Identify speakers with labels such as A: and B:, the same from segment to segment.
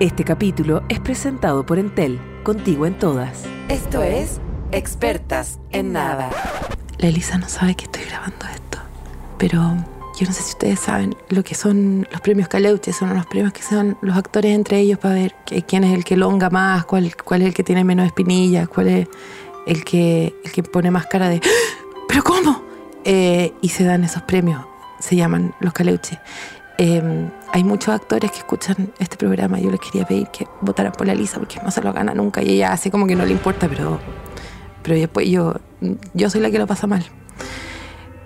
A: Este capítulo es presentado por Entel, contigo en todas.
B: Esto es Expertas en Nada.
C: La Elisa no sabe que estoy grabando esto, pero yo no sé si ustedes saben lo que son los premios Caleuche, son unos premios que son los actores entre ellos para ver que- quién es el que longa más, cuál, cuál es el que tiene menos espinillas, cuál es el que, el que pone más cara de ¡Ah! ¿pero cómo? Eh, y se dan esos premios, se llaman los Caleuche. Eh, hay muchos actores que escuchan este programa, yo les quería pedir que votaran por la Elisa porque no se lo gana nunca y ella hace como que no le importa, pero, pero después yo, yo soy la que lo pasa mal.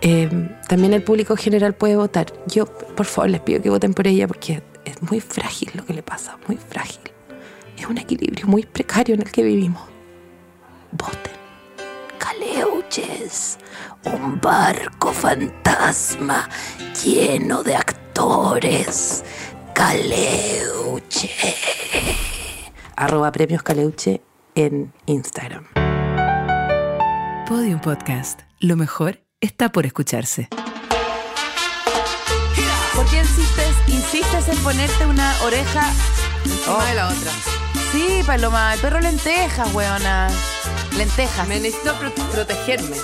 C: Eh, también el público general puede votar. Yo, por favor, les pido que voten por ella porque es muy frágil lo que le pasa, muy frágil. Es un equilibrio muy precario en el que vivimos. Voten. Caleuches, un barco fantasma lleno de actores. Caleuche. Arroba premios Caleuche en Instagram.
A: Podium Podcast. Lo mejor está por escucharse.
B: ¿Por qué insistes, insistes en ponerte una oreja encima de
D: la otra.
B: Sí, Paloma, el perro lentejas, weona. Lentejas.
D: Me necesito pro- protegerme.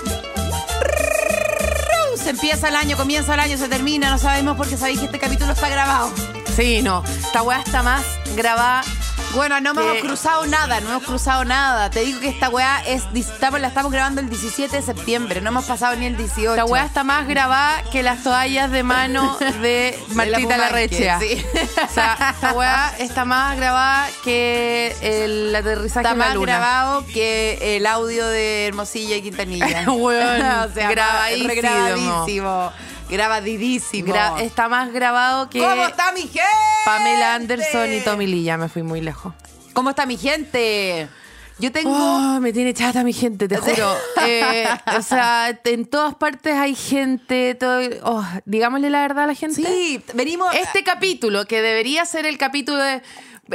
B: Se empieza el año, comienza el año, se termina, no sabemos porque sabéis que este capítulo está grabado.
D: Sí, no. Esta weá está más grabada.
B: Bueno, no hemos
D: ¿Qué?
B: cruzado nada, no hemos cruzado nada. Te digo que esta weá es, dis- estamos- la estamos grabando el 17 de septiembre, no hemos pasado ni el 18.
D: Esta weá está más grabada que las toallas de mano de Martita
B: Pumanque,
D: Larrechea.
B: sí.
D: O sea, esta weá está más grabada que el aterrizaje
B: Está
D: en la
B: más
D: luna.
B: grabado que el audio de Hermosilla y Quintanilla.
D: Weón,
B: o sea,
D: grabadísimo.
B: grabadísimo. Grabadidísimo.
D: Gra- está más grabado que
B: ¿Cómo está Este. mi gente?
D: Pamela Anderson y Tommy Lee. Ya me fui muy lejos.
B: ¿Cómo está mi gente? Yo tengo.
D: Oh, me tiene chata mi gente, te juro. Eh, o sea, en todas partes hay gente. todo- oh, digámosle la verdad a la gente.
B: Sí, venimos.
D: Este capítulo, que debería ser el capítulo de.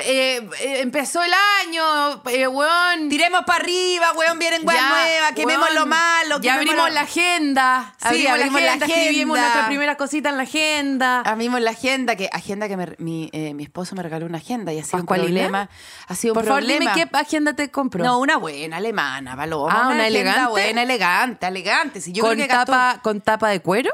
D: eh, eh, empezó el año, eh, weón.
B: Tiremos para arriba, weón, vienen weas
D: ya,
B: nuevas, quememos
D: weón,
B: lo malo.
D: Ya
B: quememos
D: abrimos
B: lo-
D: la agenda.
B: Sí,
D: abrimos,
B: abrimos la
D: la agenda. Escribimos
B: agenda.
D: nuestra primera cosita en la agenda.
B: Abrimos la agenda, que agenda que me- mi, eh, mi esposo me regaló una agenda y ha sido un
D: ¿Pascualina?
B: problema. Ha sido
D: Por
B: un
D: favor,
B: problema.
D: dime qué agenda te compro.
B: No, una buena alemana, Paloma.
D: Ah,
B: una,
D: ¿una
B: agenda
D: elegante?
B: buena, elegante, elegante. Si yo
D: con,
B: creo que gastó-
D: tapa, con tapa de cuero.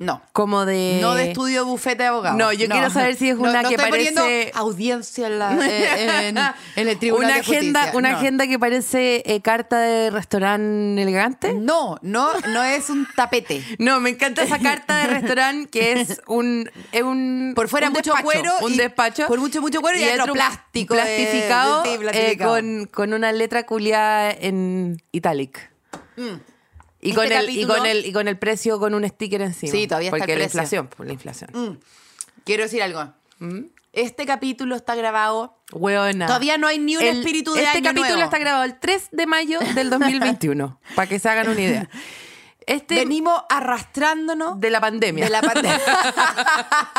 B: No.
D: Como de.
B: No de estudio bufete de abogado.
D: Eh, No, yo quiero saber si es una que
B: estoy poniendo
D: parece-
B: audiencia en, la- eh, en- en el tribunal
D: una
B: de
D: agenda,
B: Justicia.
D: Una
B: No.
D: agenda que parece eh, carta de restaurante elegante.
B: No, no, no es un tapete.
D: Mm. No, me encanta esa carta de restaurante que es un. es un
B: Por fuera
D: un
B: mucho
D: despacho,
B: cuero
D: Un
B: y-
D: despacho.
B: por mucho, mucho cuero y adentro
D: otro
B: plástico eh, de-
D: Plastificado,
B: sí,
D: eh,
B: plastificado.
D: con, con una letra culiada en italic. Y,
B: Este
D: con el, y,
B: capítulo-
D: con el, y con el precio con un sticker encima.
B: Sí, todavía está
D: Porque
B: el
D: la
B: precio.
D: inflación, pues, la inflación.
B: Quiero decir algo.
D: ¿Mm?
B: Este capítulo está grabado.
D: Hueona.
B: Todavía no hay ni un
D: El-
B: espíritu de
D: Este
B: año
D: capítulo
B: nuevo.
D: está grabado el 3 de mayo del 2021, para que se hagan una idea. Este
B: Venimos arrastrándonos
D: de la pandemia.
B: de la pandemia.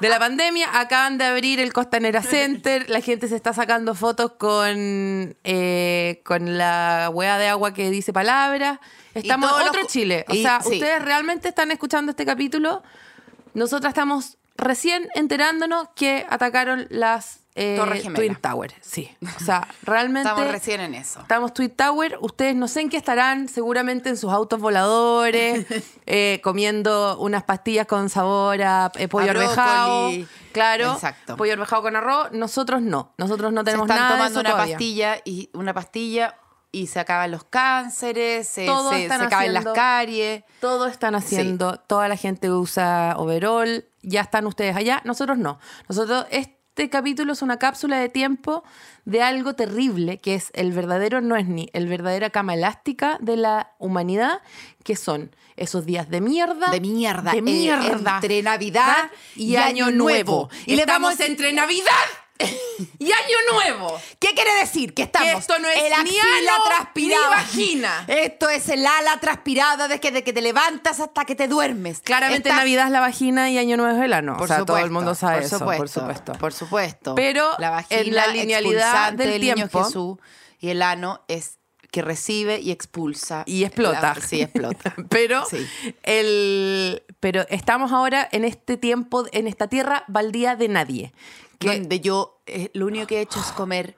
D: De la pandemia acaban de abrir el Costanera Center, la gente se está sacando fotos con, eh, con la hueá de agua que dice palabras. Estamos
B: todos
D: en
B: los
D: otro
B: cu-
D: Chile. O
B: y-
D: sea,
B: sí.
D: ustedes realmente están escuchando este capítulo. Nosotras estamos recién enterándonos que atacaron las eh,
B: Torres Gemelas.
D: Twin Towers. Sí. O sea, realmente
B: Estamos recién en eso.
D: Estamos Tweet Tower, ustedes no sé en qué estarán, seguramente en sus autos voladores, eh, comiendo unas pastillas con sabor a eh, pollo
B: A
D: arvejado.
B: brócoli.
D: Claro,
B: Exacto.
D: pollo arvejado con arroz. Nosotros no, nosotros no
B: Se
D: tenemos
B: están
D: nada de
B: tomando
D: eso
B: una
D: todavía.
B: pastilla y una pastilla y se acaban los cánceres, se,
D: Todos
B: se-
D: están
B: se acaban las
D: haciendo-
B: caries.
D: Todo están haciendo, toda la gente usa overall, ya están ustedes allá, nosotros no. Nosotros, este capítulo es una cápsula de tiempo de algo terrible, que es el verdadero no es ni, el verdadera cama elástica de la humanidad, que son esos días de mierda.
B: De mierda, eh,
D: De mierda. Ah,
B: entre Navidad
D: y, Año, Nuevo.
B: Y le
D: Estamos
B: vamos-
D: entre Navidad y Año Nuevo.
B: ¿Qué quiere decir? Que estamos.
D: Que esto no es
B: el
D: ni
B: axila
D: ano,
B: transpirado.
D: ni vagina.
B: Esto es el ala transpirada desde que, de que te levantas hasta que te duermes.
D: Claramente
B: Estás-
D: Navidad es la vagina y Año Nuevo es el ano.
B: Por
D: o sea,
B: supuesto,
D: todo el mundo sabe
B: por
D: eso,
B: supuesto,
D: por supuesto.
B: Por supuesto.
D: Pero
B: la vagina
D: en la linealidad
B: expulsante
D: del
B: niño
D: tiempo-
B: Jesús y el ano es que recibe y expulsa.
D: Y explota.
B: La- sí, explota.
D: Pero,
B: Sí.
D: el, pero estamos ahora en este tiempo, en esta tierra baldía de nadie. Que
B: Donde yo eh, lo único que he hecho es comer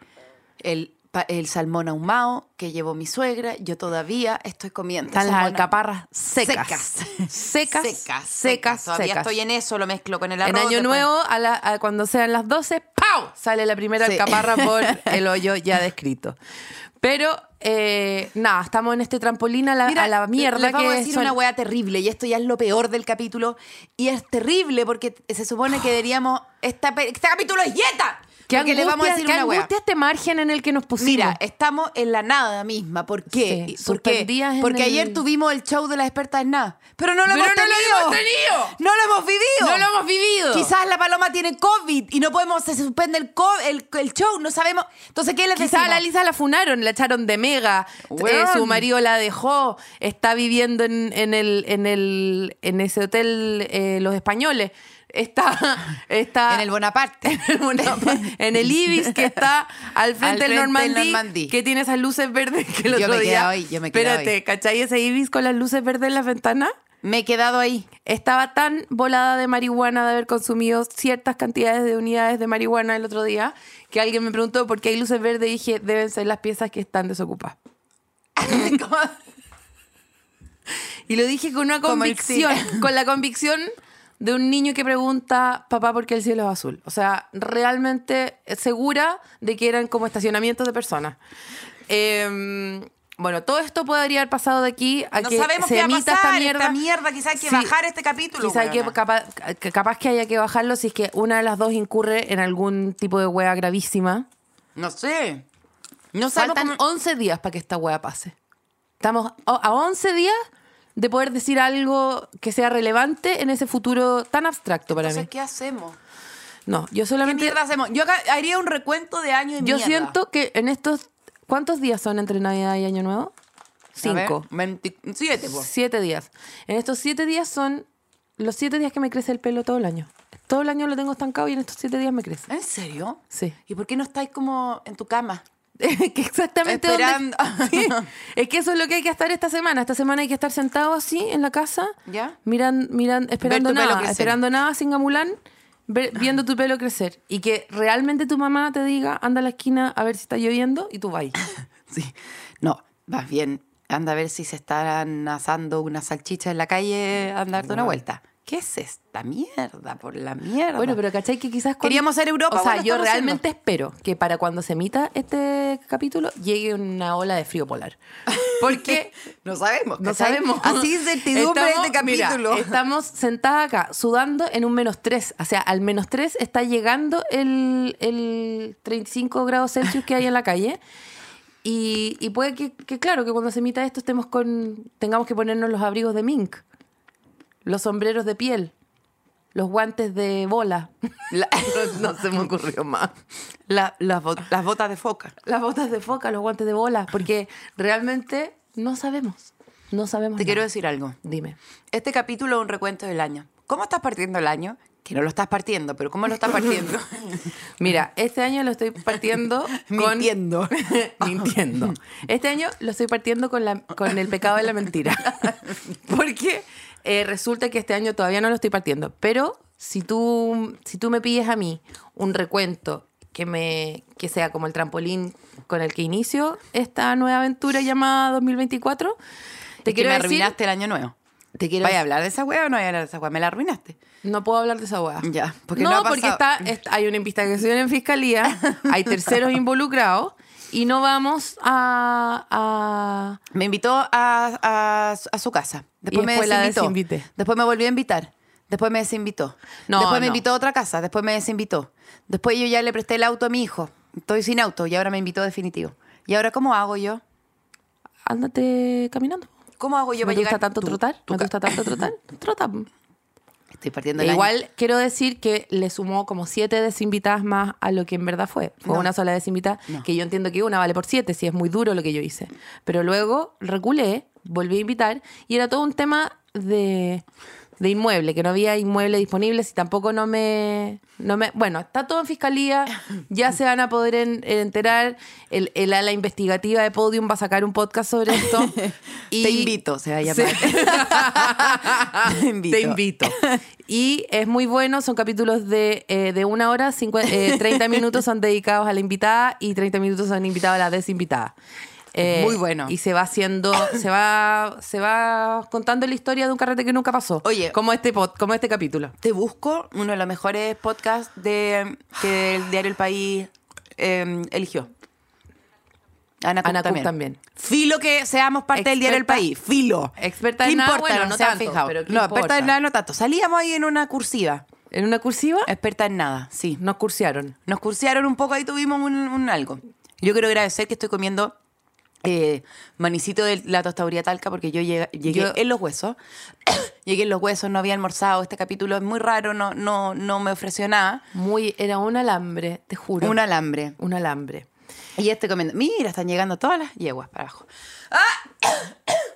B: el, pa- el salmón ahumado que llevó mi suegra. Yo todavía estoy comiendo.
D: están las
B: salmón
D: alcaparras secas.
B: Secas.
D: Secas. Secas.
B: secas,
D: Secas.
B: Todavía
D: secas.
B: estoy en eso, lo mezclo con el arroz.
D: En Año
B: después-
D: Nuevo, a la- a cuando sean las 12, ¡pau! Sale la primera
B: Sí.
D: alcaparra por el hoyo ya descrito. Pero, eh, nada, estamos en este trampolín a la,
B: Mira,
D: a la mierda
B: les vamos
D: que
B: a decir
D: son-
B: una weá terrible y esto ya es lo peor del capítulo y es terrible porque se supone que deberíamos esta pe- este capítulo es yeta
D: ¿Qué
B: porque le vamos a
D: angustia-
B: decir
D: qué
B: una weá.
D: angustia este margen en el que nos pusimos?
B: Mira, estamos en la nada misma. ¿Por qué?
D: Sí,
B: ¿Por qué?
D: suspendidas en
B: Porque
D: el-
B: ayer tuvimos el show de las expertas en nada. Pero no lo,
D: Pero
B: hemos,
D: no lo
B: tenido.
D: hemos tenido.
B: No lo hemos vivido.
D: no lo hemos vivido.
B: Quizás la paloma tiene COVID y no podemos, se suspende el, co- el, el show, no sabemos. Entonces, ¿qué les
D: Quizá a
B: decimos?
D: la Lisa la funaron, la echaron de mega, eh,
B: Weón.
D: su marido la dejó, está viviendo en, en el, en, el, en ese hotel eh, Los Españoles, está, está
B: En el Bonaparte.
D: en el Bonapa- en el Ibis que está al frente,
B: Al frente del
D: del Normandí,
B: Normandí.
D: que tiene esas luces verdes que el
B: Yo
D: otro
B: me quedé
D: día-
B: ahí, yo me quedé
D: Espérate,
B: ahí.
D: ¿cachai ese Ibis con las luces verdes en las ventanas?
B: Me he quedado ahí.
D: Estaba tan volada de marihuana de haber consumido ciertas cantidades de unidades de marihuana el otro día que alguien me preguntó por qué hay luces verdes y dije, deben ser las piezas que están desocupadas.
B: Como-
D: Y lo dije con una
B: Como el
D: convicción,
B: cine.
D: con la convicción de un niño que pregunta, papá, ¿por qué el cielo es azul? O sea, realmente segura de que eran como estacionamientos de personas. Em, bueno, todo esto podría haber pasado de aquí a
B: No
D: que
B: sabemos
D: se
B: qué va a
D: emita
B: pasar,
D: esta mierda.
B: esta mierda, quizás hay que bajar este capítulo,
D: Quizás hay que
B: weona.
D: capa- ca- capaz, que haya que bajarlo si es que una de las dos incurre en algún tipo de hueá gravísima.
B: No sé. No sabemos
D: Faltan
B: cómo-
D: 11 días para que esta hueá pase. Estamos a a 11 días de poder decir algo que sea relevante en ese futuro tan abstracto para mí.
B: Entonces, ¿qué hacemos?
D: No, yo
B: ¿Qué
D: solamente...
B: mierda hacemos? Yo acá haría un recuento de años y
D: Yo
B: mierda.
D: siento que en estos... ¿Cuántos días son entre Navidad y Año Nuevo?
B: A ver,
D: Cinco.
B: 20 siete, pues. po.
D: Siete días. En estos siete días son los siete días que me crece el pelo todo el año. Todo el año lo tengo estancado y en estos siete días me crece.
B: ¿En serio?
D: Sí.
B: ¿Y por qué no estáis como en tu cama?
D: que exactamente dónde-
B: Esperando.
D: Sí. es que eso es lo que hay que estar esta semana esta semana hay que estar sentado así en la casa
B: ¿Ya?
D: miran miran esperando
B: tu pelo
D: nada
B: crecer.
D: esperando nada sin gamulán ver- viendo tu pelo crecer y que realmente tu mamá te diga anda a la esquina a ver si está lloviendo y tú vas
B: Sí. No, más bien, anda a ver si se están asando una salchicha en la calle, anda a darte una vuelta. ¿Qué es esta mierda? Por la mierda.
D: bueno pero cachai que quizás cuando-
B: Queríamos ser Europa,
D: o sea
B: bueno,
D: yo
B: estamos
D: realmente espero que para cuando se emita este capítulo llegue una ola de frío polar porque
B: no sabemos.
D: No
B: ¿cachai?
D: sabemos.
B: Así incertidumbre
D: Estamos-
B: este capítulo.
D: mira, estamos sentadas acá, sudando en un menos 3. O sea, al menos 3 está llegando el, el 35 grados Celsius que hay en la calle. Y, y puede que, que, claro, que cuando se emita esto estemos con, tengamos que ponernos los abrigos de mink, los sombreros de piel, los guantes de bola.
B: La-
D: no se me ocurrió más.
B: la- las, bot- las botas de foca.
D: Las botas de foca, los guantes de bola, porque realmente no sabemos. No sabemos.
B: Te quiero
D: nada.
B: decir algo.
D: Dime.
B: Este capítulo es un recuento del año. ¿Cómo estás partiendo el año? Que no lo estás partiendo, pero ¿cómo lo estás partiendo?
D: Mira, este año lo estoy partiendo con...
B: Mintiendo.
D: Mintiendo. Este año lo estoy partiendo con, la, con el pecado de la mentira. Porque eh, resulta que este año todavía no lo estoy partiendo. Pero si tú, si tú me pides a mí un recuento que, me, que sea como el trampolín con el que inicio esta nueva aventura llamada 2024, te
B: Es que
D: quiero
B: me
D: decir...
B: arruinaste el año nuevo.
D: Te quiero
B: ¿Vaya a hablar de esa wea o no vaya a hablar de esa wea? Me la arruinaste.
D: No puedo hablar de esa hueá.
B: Ya, porque
D: no,
B: no ha
D: porque está,
B: pasado.
D: est- hay una investigación en fiscalía, hay terceros involucrados y no vamos a. a-
B: Me invitó a, a- a su casa. Después,
D: Y
B: me
D: después la
B: desinvitó.
D: desinvité.
B: Después me volvió a invitar. Después me desinvitó.
D: No,
B: después me
D: no.
B: invitó a otra casa. Después me desinvitó. Después yo ya le presté el auto a mi hijo. Estoy sin auto y ahora me invitó definitivo. ¿Y ahora cómo hago yo?
D: Ándate caminando.
B: ¿Cómo hago yo
D: ¿No
B: para
D: te gusta
B: llegar?
D: tanto
B: Tú-
D: trotar?
B: tú
D: ¿No te
B: ca-
D: gusta tanto trotar? Trota.
B: Estoy partiendo el año.
D: E Igual quiero decir que le sumó como siete desinvitadas más a lo que en verdad fue. Fue
B: No.
D: una sola desinvitada,
B: No.
D: que yo entiendo que una vale por siete, si es muy duro lo que yo hice. Pero luego reculé, volví a invitar y era todo un tema de de inmueble, que no había inmueble disponibles y tampoco no me, no me... Bueno, está todo en fiscalía, ya se van a poder en- enterar, el, el ala investigativa de Podium va a sacar un podcast sobre esto. y-
B: Te invito, se va a llamar. Ah, Te invito.
D: Te invito. Y es muy bueno, son capítulos de, eh, de una hora, cincu- eh, 30 minutos son dedicados a la invitada y 30 minutos son invitados a la desinvitada. Eh,
B: Muy bueno.
D: Y se va haciendo, se va, se va contando la historia de un carrete que nunca pasó.
B: Oye.
D: Como este pod, como este capítulo.
B: Te busco uno de los mejores podcasts de, que el diario El País eh, eligió. Ana Cook
D: Ana Cook
B: también.
D: también.
B: Filo que seamos parte del diario El
D: Experta-
B: País. Filo.
D: experta
B: ¿Qué
D: en nada?
B: importa?
D: Bueno,
B: no
D: no
B: se han
D: tanto,
B: fijado.
D: pero ¿qué
B: no, experta en
D: importa?
B: nada no tanto. Salíamos ahí en una cursiva.
D: En una cursiva
B: Experta en nada, sí.
D: nos cursiaron.
B: Nos cursearon un poco, ahí tuvimos un, un algo. Yo quiero agradecer que estoy comiendo eh, manicito de la tostaduría talca porque yo llega- llegué
D: Yo-
B: en los huesos. llegué en los huesos, no había almorzado. Este capítulo es muy raro, no, no, no me ofreció nada.
D: Muy, era un alambre, te juro.
B: Un alambre.
D: un alambre.
B: Y este comiendo. Mira, están llegando todas las yeguas para abajo. ¡Ah!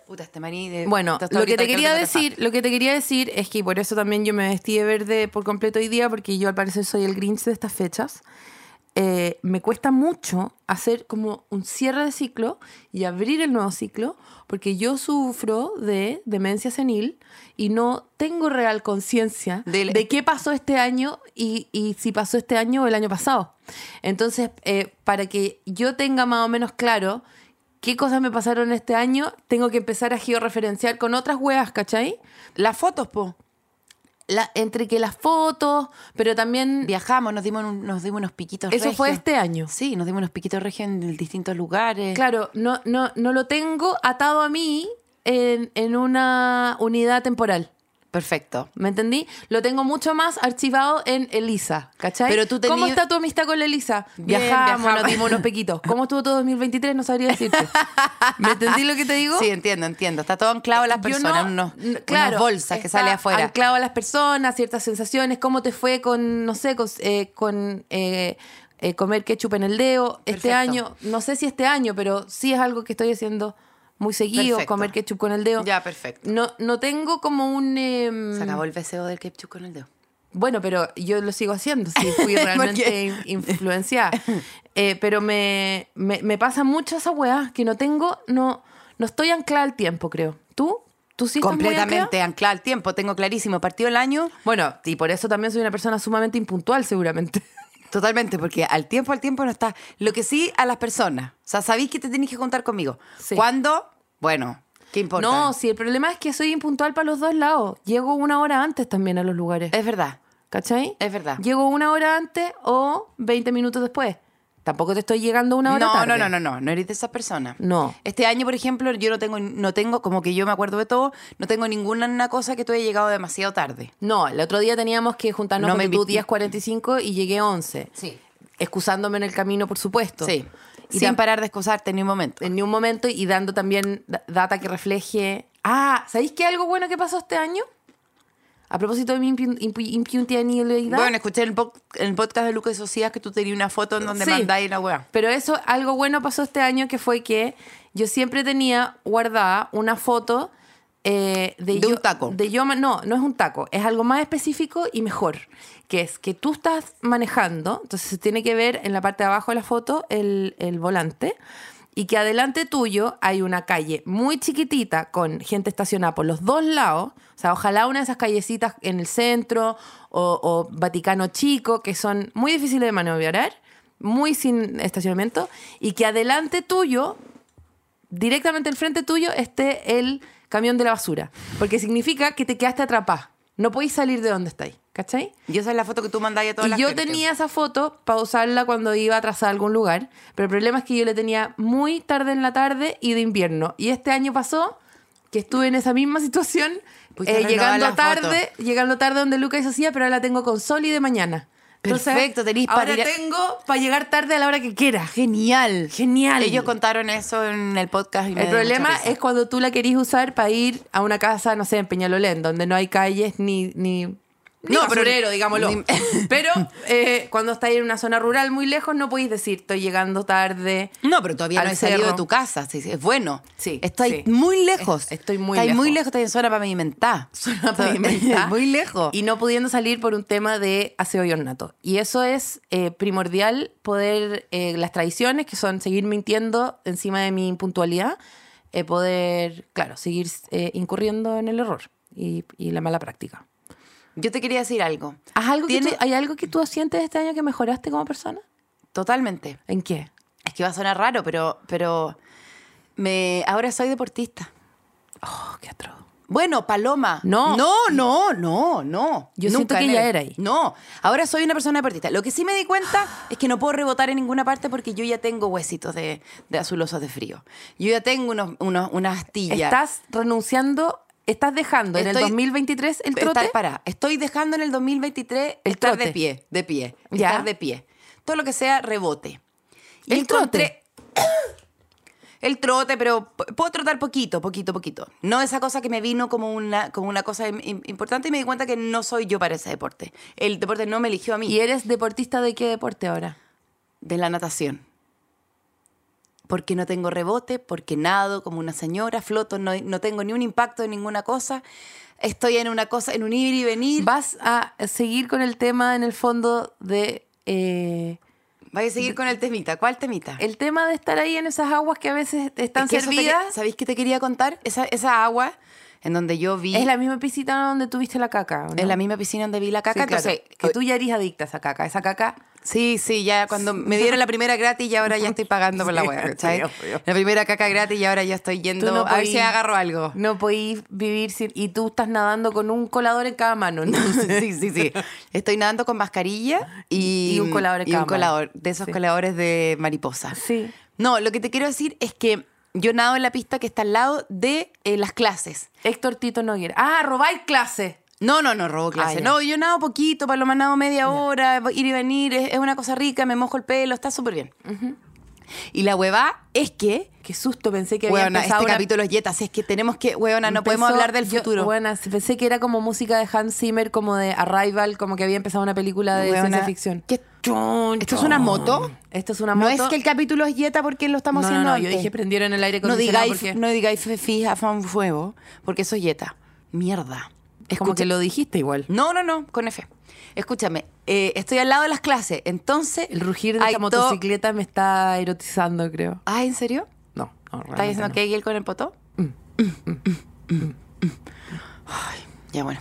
B: Puta, este maní de.
D: eh, Bueno,
B: tostaduría
D: lo que te
B: talca
D: quería
B: no tapa.
D: decir, lo que te quería decir es que por eso también yo me vestí de verde por completo hoy día, porque yo al parecer soy el Grinch de estas fechas. Eh, me cuesta mucho hacer como un cierre de ciclo y abrir el nuevo ciclo, porque yo sufro de demencia senil y no tengo real conciencia
B: Del-
D: de qué pasó este año y, y si pasó este año o el año pasado. Entonces, eh, para que yo tenga más o menos claro qué cosas me pasaron este año, tengo que empezar a georreferenciar con otras weas, ¿cachai?
B: Las fotos, po.
D: La- entre que las fotos, pero también...
B: Viajamos, nos dimos, un- nos dimos unos piquitos
D: Eso fue
B: regios.
D: este año.
B: Sí, nos dimos unos piquitos regios en distintos lugares.
D: Claro, no, no, no lo tengo atado a mí en, en una unidad temporal.
B: Perfecto.
D: ¿Me entendí? Lo tengo mucho más archivado en Elisa, ¿cachai?
B: Pero tú
D: ¿Cómo
B: tenías-
D: está tu amistad con la Elisa?
B: Bien,
D: viajamos,
B: viajamos.
D: nos dimos unos pequitos. ¿Cómo estuvo todo 2023? No sabría decirte. ¿Me entendí lo que te digo?
B: Sí, entiendo, entiendo. Está todo anclado a las
D: Este, Yo
B: personas,
D: no-
B: unos-
D: n-
B: unas bolsas que
D: está
B: sale afuera.
D: Anclado a las personas, ciertas sensaciones, cómo te fue con, no sé, con, eh, con, eh, eh, comer ketchup en el dedo este
B: Perfecto.
D: año. No sé si este año, pero sí es algo que estoy haciendo muy seguido,
B: Perfecto.
D: comer ketchup con el dedo.
B: Ya, perfecto.
D: No, no tengo como un... em,
B: Se acabó el deseo del ketchup con el dedo.
D: bueno, pero yo lo sigo haciendo, sí, fui realmente in- influenciada. Eh, pero me, me, me pasa mucho esa weá que no tengo, no, no estoy anclada al tiempo, creo. ¿Tú? ¿Tú sí estás muy
B: Completamente
D: anclada?
B: anclado al tiempo, tengo clarísimo. Partido el año,
D: Bueno, y por eso también soy una persona sumamente impuntual, seguramente.
B: totalmente, porque al tiempo, al tiempo no está. Lo que sí, a las personas. O sea, sabéis que te tenéis que contar conmigo.
D: Sí.
B: ¿Cuándo? Bueno, ¿qué importa?
D: No, sí, el problema es que soy impuntual para los dos lados. Llego una hora antes también a los lugares.
B: es verdad.
D: ¿Cachai?
B: es verdad.
D: Llego una hora antes o 20 minutos después. Tampoco te estoy llegando una hora
B: no,
D: tarde.
B: no, no, no, no, no eres de esas personas.
D: No.
B: Este año, por ejemplo, yo no tengo, no tengo, como que yo me acuerdo de todo, no tengo ninguna cosa que tú hayas llegado demasiado tarde.
D: No, el otro día teníamos que juntarnos
B: No
D: con
B: me
D: tú
B: invi-
D: 10.45 y llegué 11.
B: Sí.
D: Excusándome en el camino, por supuesto.
B: Sí.
D: Y
B: Sin
D: tam-
B: parar de excusarte en un momento.
D: en ningún momento y dando también da- data que refleje. Ah, ¿sabéis qué algo bueno que pasó este año? A propósito de mi impu- impu- impuntualidad.
B: Bueno, escuché en el, po- en el podcast de Lucas Socias que tú tenías una foto en donde
D: Sí.
B: mandáis la weá.
D: Pero eso, algo bueno pasó este año que fue que yo siempre tenía guardada una foto eh, de,
B: De
D: yo-
B: un taco.
D: De yo, ma- no, no es un taco, es algo más específico y mejor, que es que tú estás manejando, entonces se tiene que ver en la parte de abajo de la foto el, el volante. Y que adelante tuyo hay una calle muy chiquitita con gente estacionada por los dos lados. O sea, ojalá una de esas callecitas en el centro o, o Vaticano Chico, que son muy difíciles de maniobrar muy sin estacionamiento y que adelante tuyo, directamente al frente tuyo, esté el camión de la basura. Porque significa que te quedaste atrapada. No podéis salir de donde estáis, ¿cachai?
B: Y esa es la foto que tú mandáis a todas
D: Y
B: las
D: yo tenía esa foto para usarla cuando iba a trazar algún lugar, pero el problema es que yo la tenía muy tarde en la tarde y de invierno. Y este año pasó que estuve en esa misma situación,
B: Pudiste
D: eh,
B: renovar
D: llegando
B: la
D: tarde, llegando tarde donde Lucas hacía, pero ahora la tengo con sol y de mañana.
B: Perfecto, tenís pa'
D: para
B: dire-
D: tengo para llegar tarde a la hora que quiera.
B: Genial.
D: Genial.
B: Ellos contaron eso en el podcast. Y me
D: El
B: dio
D: problema
B: mucha risa.
D: es cuando tú la querís usar para ir a una casa, no sé, en Peñalolén, donde no hay calles ni, ni, Ni
B: No, pero-
D: basurero, digámoslo.
B: ni-
D: Pero eh, cuando estáis en una zona rural muy lejos, no podéis decir, estoy llegando tarde.
B: No, pero todavía
D: Al
B: no he salido
D: cerro.
B: de tu casa. Sí, sí, es bueno.
D: Sí,
B: Estoy
D: sí.
B: muy lejos.
D: Es- estoy muy
B: Estás
D: lejos.
B: muy lejos, estoy en zona pavimentada.
D: Zona pavimentada.
B: muy lejos.
D: Y no pudiendo salir por un tema de aseo y ornato. Y eso es eh, primordial poder, eh, las tradiciones, que son seguir mintiendo encima de mi impuntualidad, eh, poder, claro, seguir eh, incurriendo en el error y, y la mala práctica.
B: Yo te quería decir algo.
D: ¿Haz algo que
B: Tiene-
D: tú- ¿Hay algo que tú sientes este año que mejoraste como persona?
B: Totalmente.
D: ¿En qué?
B: Es que va a sonar raro, pero, pero me, ahora soy deportista.
D: Oh, qué atroz.
B: Bueno, Paloma.
D: No.
B: No, no, no, no.
D: Yo siento que
B: en
D: ya
B: el-
D: era ahí.
B: No, ahora soy una persona deportista. Lo que sí me di cuenta es que no puedo rebotar en ninguna parte porque yo ya tengo huesitos de, de azulosos de frío. Yo ya tengo unos, unos, una astilla.
D: Estás renunciando, estás dejando en el
B: Estoy-
D: 2023 el
B: Estar-
D: trote.
B: pará, estoy dejando en el 2023
D: El
B: estar
D: trote.
B: de pie, de pie,
D: Ya.
B: estar de pie. Todo lo que sea rebote.
D: El
B: El trote, pero p- puedo trotar poquito, poquito, poquito. No esa cosa que me vino como una, como una cosa im- im- importante y me di cuenta que no soy yo para ese deporte. El deporte no me eligió a mí.
D: ¿Y eres deportista de qué deporte ahora?
B: De la natación. Porque no tengo rebote, porque nado como una señora, floto, no, no tengo ni un impacto en ninguna cosa. Estoy en una cosa, en un ir y venir.
D: Vas a seguir con el tema en el fondo de... eh,
B: Vaya a seguir con el temita. ¿Cuál temita?
D: el tema de estar ahí en esas aguas que a veces están
B: Es que eso te que-
D: servidas.
B: ¿Sabéis qué te quería contar? Esa, esa agua en donde yo vi.
D: Es la misma piscina donde tuviste la caca. ¿o no?
B: en la misma piscina donde vi la
D: Sí,
B: caca.
D: claro.
B: entonces,
D: que tú ya eres adicta a esa caca. Esa caca...
B: Sí, sí, ya cuando me dieron la primera gratis y ahora ya estoy pagando por la
D: Sí,
B: hueá,
D: sí,
B: ¿cachai?
D: obvio.
B: La primera caca gratis y ahora ya estoy
D: tú
B: yendo a ver
D: podís-
B: si agarro algo.
D: No podís vivir sin... Y tú estás nadando con un colador en cada mano. ¿no?
B: sí, sí, sí. Estoy nadando con mascarilla y,
D: Y un colador en
B: y un
D: cámara.
B: colador, de esos
D: Sí.
B: coladores de mariposa.
D: Sí.
B: No, lo que te quiero decir es que yo nado en la pista que está al lado de eh, las clases.
D: Héctor Tito Noguera. Ah, robáis clase.
B: No, no, no robo clase.
D: Ah, ya.
B: no, yo nado poquito, paloma nado media hora, ir y venir, es, es una cosa rica, me mojo el pelo, está súper bien. Y la huevá es que,
D: Qué susto, pensé que había
B: huevona, este
D: empezado una-
B: capítulo es yetas, es que tenemos que, huevona, no podemos
D: Empezó-
B: hablar del
D: yo-
B: futuro.
D: Bueno, sí, pensé que era como música de Hans Zimmer, como de Arrival, como que había empezado una película de ciencia
B: Huevona,
D: ficción.
B: ¿qué- ¿Esto es una moto?
D: Esto es una
B: No
D: moto.
B: es que el capítulo es yeta porque lo
D: No,
B: estamos
D: no,
B: haciendo
D: no, yo
B: antes.
D: dije prendieron el aire
B: no
D: acondicionado
B: digáis,
D: porque...
B: no digáis fe- fija fan fuego, porque eso es yeta. Mierda.
D: es como
B: Escucha-
D: que lo dijiste igual.
B: No, no, no, con F. Escúchame, eh, estoy al lado de las clases, entonces...
D: El rugir de
B: hay
D: esta
B: to-
D: motocicleta me está erotizando, creo.
B: Ah, ¿en serio?
D: No, no,
B: ¿Estás
D: realmente
B: diciendo
D: no. Mm.
B: que hay él con el potó? Ay, ya bueno.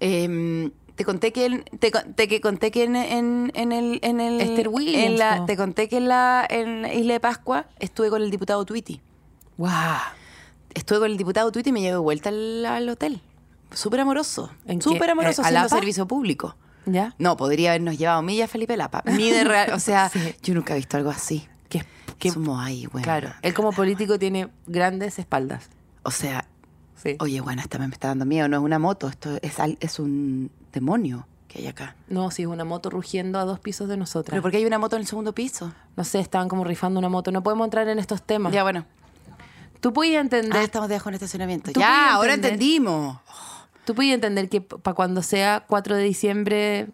B: Em, te conté que en- te, con- te que conté que en, en- en el en el
D: Esther Williams,
B: en la-
D: po.
B: te conté que en la en la Isla de Pascua estuve con el diputado Tweety.
D: ¡Guau!
B: Estuve con el diputado Tweety y me llevé de vuelta al, al hotel. Súper amoroso.
D: ¿En qué?
B: Súper amoroso
D: ¿Eh, a la
B: haciendo
D: pa?
B: servicio público.
D: ¿Ya?
B: No, podría habernos llevado millas Felipe Lapa. Ni de real, o sea,
D: Sí.
B: yo nunca he visto algo así.
D: Que- que-
B: Que somos ahí, güey.
D: claro, él como político tiene grandes espaldas.
B: O sea,
D: Sí.
B: Oye, bueno, esta me está dando miedo. No es una moto, esto es, al- es un demonio que hay acá.
D: No, sí, es una moto rugiendo a dos pisos de nosotras.
B: ¿Pero por qué hay una moto en el segundo piso?
D: No sé, estaban como rifando una moto. No podemos entrar en estos temas.
B: Ya, bueno.
D: Tú puedes entender,
B: Ah, estamos debajo de un estacionamiento.
D: Tú
B: Ya,
D: podías
B: ahora
D: entender.
B: entendimos.
D: tú puedes entender que para cuando sea 4 de diciembre,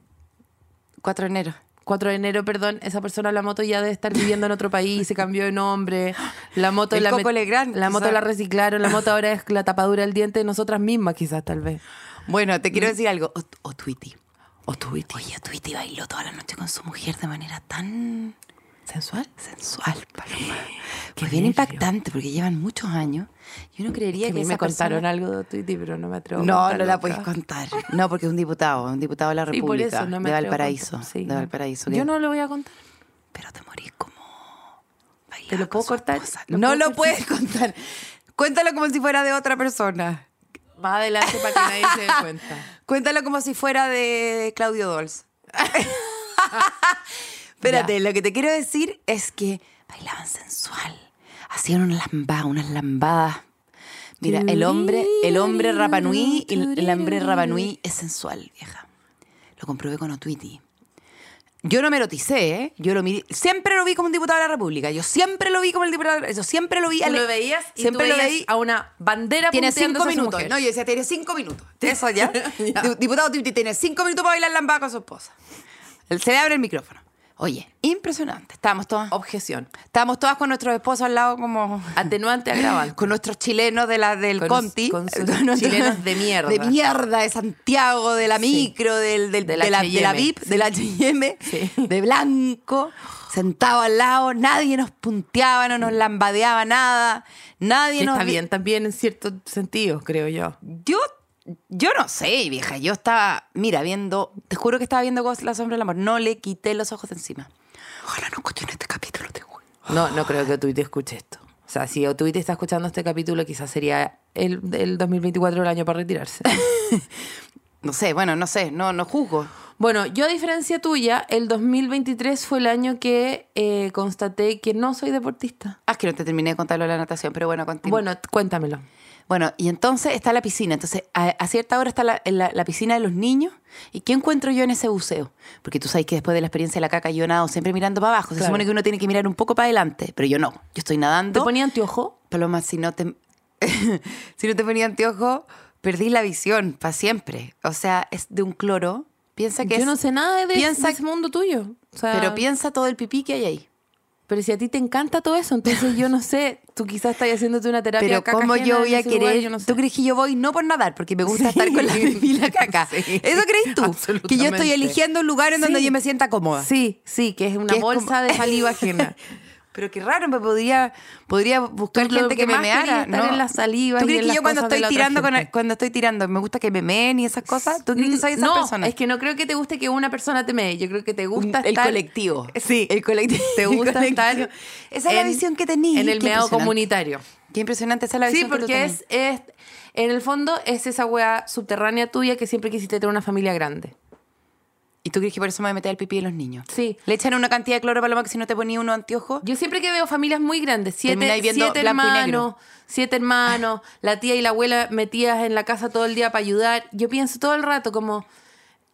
B: 4 de enero.
D: 4 de enero, perdón, esa persona la moto ya debe estar viviendo en otro país, se cambió de nombre, la moto
B: El
D: la
B: Coco
D: met-
B: Legrand,
D: la moto
B: quizá.
D: la reciclaron, la moto ahora es la tapadura del diente de nosotras mismas quizás tal vez.
B: Bueno, te quiero
D: Mm.
B: decir algo. O, o Tweety. O Tweety. Oye, Tweety bailó toda la noche con su mujer de manera tan
D: ¿Sensual?
B: sensual, Paloma.
D: Qué
B: Fue bien
D: nervio.
B: impactante porque llevan muchos años. Yo no
D: Que
B: creería
D: a
B: que,
D: mí
B: esa
D: me contaron
B: persona-
D: algo de Twitter, pero no me atrevo. a
B: No, no
D: contarlo
B: la
D: acá.
B: puedes contar. No, porque es un diputado, un diputado de la
D: Y
B: República.
D: por eso no me atrevo
B: de
D: a
B: Valparaíso.
D: contar. Sí,
B: de
D: no.
B: Valparaíso.
D: Yo
B: que-
D: no lo voy a contar.
B: pero te morís como bailando
D: ¿Te lo puedo
B: con su
D: cortar?
B: esposa.
D: ¿Lo
B: no
D: puedo
B: lo
D: cortar?
B: puedes contar. Cuéntalo como si fuera de otra persona.
D: Más adelante para que nadie se dé cuenta.
B: Cuéntalo como si fuera de Claudio Dols. Espérate, lo que te quiero decir es que bailaban sensual. Hacían unas lambadas, unas lambadas. Mira, el hombre, el hombre Rapanui, el, el hombre Rapanui es sensual, vieja. Lo comprobé con Otwiti. Yo no me eroticé, ¿eh? Yo lo miré- siempre lo vi como un diputado de la República. Yo siempre lo vi como el diputado de la Yo siempre lo vi.
D: Tú
B: ale-
D: lo veías y
B: siempre
D: tú
B: lo
D: veías
B: veí.
D: a una bandera
B: Tiene
D: punteando
B: cinco
D: hacia su
B: minutos.
D: mujer.
B: No, yo decía, tiene cinco minutos. Eso ya.
D: Ya.
B: Di- Diputado Titi tiene cinco minutos para bailar lambada con su esposa. Él se le abre el micrófono. Oye, impresionante. Estábamos todas,
D: Objeción.
B: estábamos todas con nuestros esposos al lado como...
D: Atenuante agravante.
B: Con nuestros chilenos de la, del
D: Con-
B: Conti.
D: con sus
B: nuestros-
D: chilenos de mierda.
B: De mierda, de Santiago, de la micro, del, del-
D: Del
B: de, la, de la
D: H&M,
B: VIP,
D: sí.
B: del H&M,
D: Sí.
B: de blanco, sentado al lado. Nadie nos punteaba, no nos lambadeaba nada. Nadie
D: Que
B: nos...
D: está
B: vi-
D: bien también en cierto sentido, creo yo.
B: Yo, yo no sé, vieja. Yo estaba, mira, viendo, te juro que estaba viendo Ghost, La Sombra del Amor. No le quité los ojos de encima. Ojalá no escuchen este capítulo, te juro.
D: No, no creo que Otuite escuche esto. O sea, si Otuite está escuchando este capítulo, quizás sería el, el 2024 el año para retirarse.
B: No sé, bueno, no sé, no, no juzgo.
D: bueno, yo a diferencia tuya, el 2023 fue el año que eh, constaté que no soy deportista.
B: Ah, es que no te terminé de contarlo de la natación, pero bueno, continúa.
D: Bueno, t- cuéntamelo.
B: Bueno, y entonces está la piscina. Entonces, a, a cierta hora está la, en la- la piscina de los niños. ¿Y qué encuentro yo en ese buceo? Porque tú sabes que después de la experiencia de la caca yo nado siempre mirando para abajo. Se
D: Claro.
B: supone que uno tiene que mirar un poco para adelante, pero yo no. Yo estoy
D: ¿Te
B: nadando.
D: ponía anteojo?
B: Paloma, si no te, si no te ponía anteojo, perdí la visión para siempre. O sea, es de un cloro. Piensa que
D: Yo
B: es-
D: no sé nada de,
B: piensa-
D: de ese mundo tuyo. O sea,
B: Pero piensa todo el pipí que hay ahí.
D: pero si a ti te encanta todo eso, entonces yo no sé. Tú quizás estás haciéndote una terapia
B: Pero
D: caca
B: cómo
D: ajena
B: yo
D: en
B: voy a
D: ese
B: querer...
D: lugar, yo no sé.
B: ¿Tú crees que yo voy no por nadar? Porque me gusta estar con la
D: Sí.
B: pipí y la caca.
D: Sí.
B: ¿Eso crees tú? Que yo estoy
D: Absolutamente.
B: eligiendo un lugar en donde
D: Sí.
B: yo me sienta cómoda.
D: Sí, sí, que es una
B: Que es
D: bolsa
B: como-
D: de saliva ajena.
B: Pero qué raro, me podría, podría buscar
D: Tú lo
B: gente que,
D: que
B: me
D: más
B: meara.
D: querías estar en la saliva
B: ¿Tú
D: y
B: crees
D: en
B: que
D: las
B: yo cuando
D: cosas de
B: estoy
D: la otra
B: tirando con-
D: gente?
B: cuando estoy tirando me gusta que me meen y esas cosas? Ah, ¿Tú crees Mm, que soy esa
D: no,
B: persona?
D: es que no creo que te guste que una persona te mee. Yo creo que te gusta
B: Un- el
D: estar...
B: colectivo.
D: Sí.
B: El colectivo.
D: Te
B: El
D: gusta
B: colectivo.
D: estar...
B: Esa es la visión que tenía.
D: En el
B: Qué
D: meado
B: impresionante.
D: comunitario.
B: Qué impresionante esa es la
D: Sí,
B: visión que tú
D: porque
B: tenías.
D: es, es... En el fondo es esa weá subterránea tuya que siempre quisiste tener una familia grande.
B: ¿Y tú crees que por eso me voy a meter el pipí de los niños?
D: Sí.
B: Le echan una cantidad de cloro, Paloma, que si no te ponía uno anteojo.
D: Yo siempre que veo familias muy grandes, siete,
B: Termináis viendo
D: siete
B: blanco y
D: hermanos,
B: negro.
D: siete hermanos, la tía y la abuela metidas en la casa todo el día para ayudar, yo pienso todo el rato como,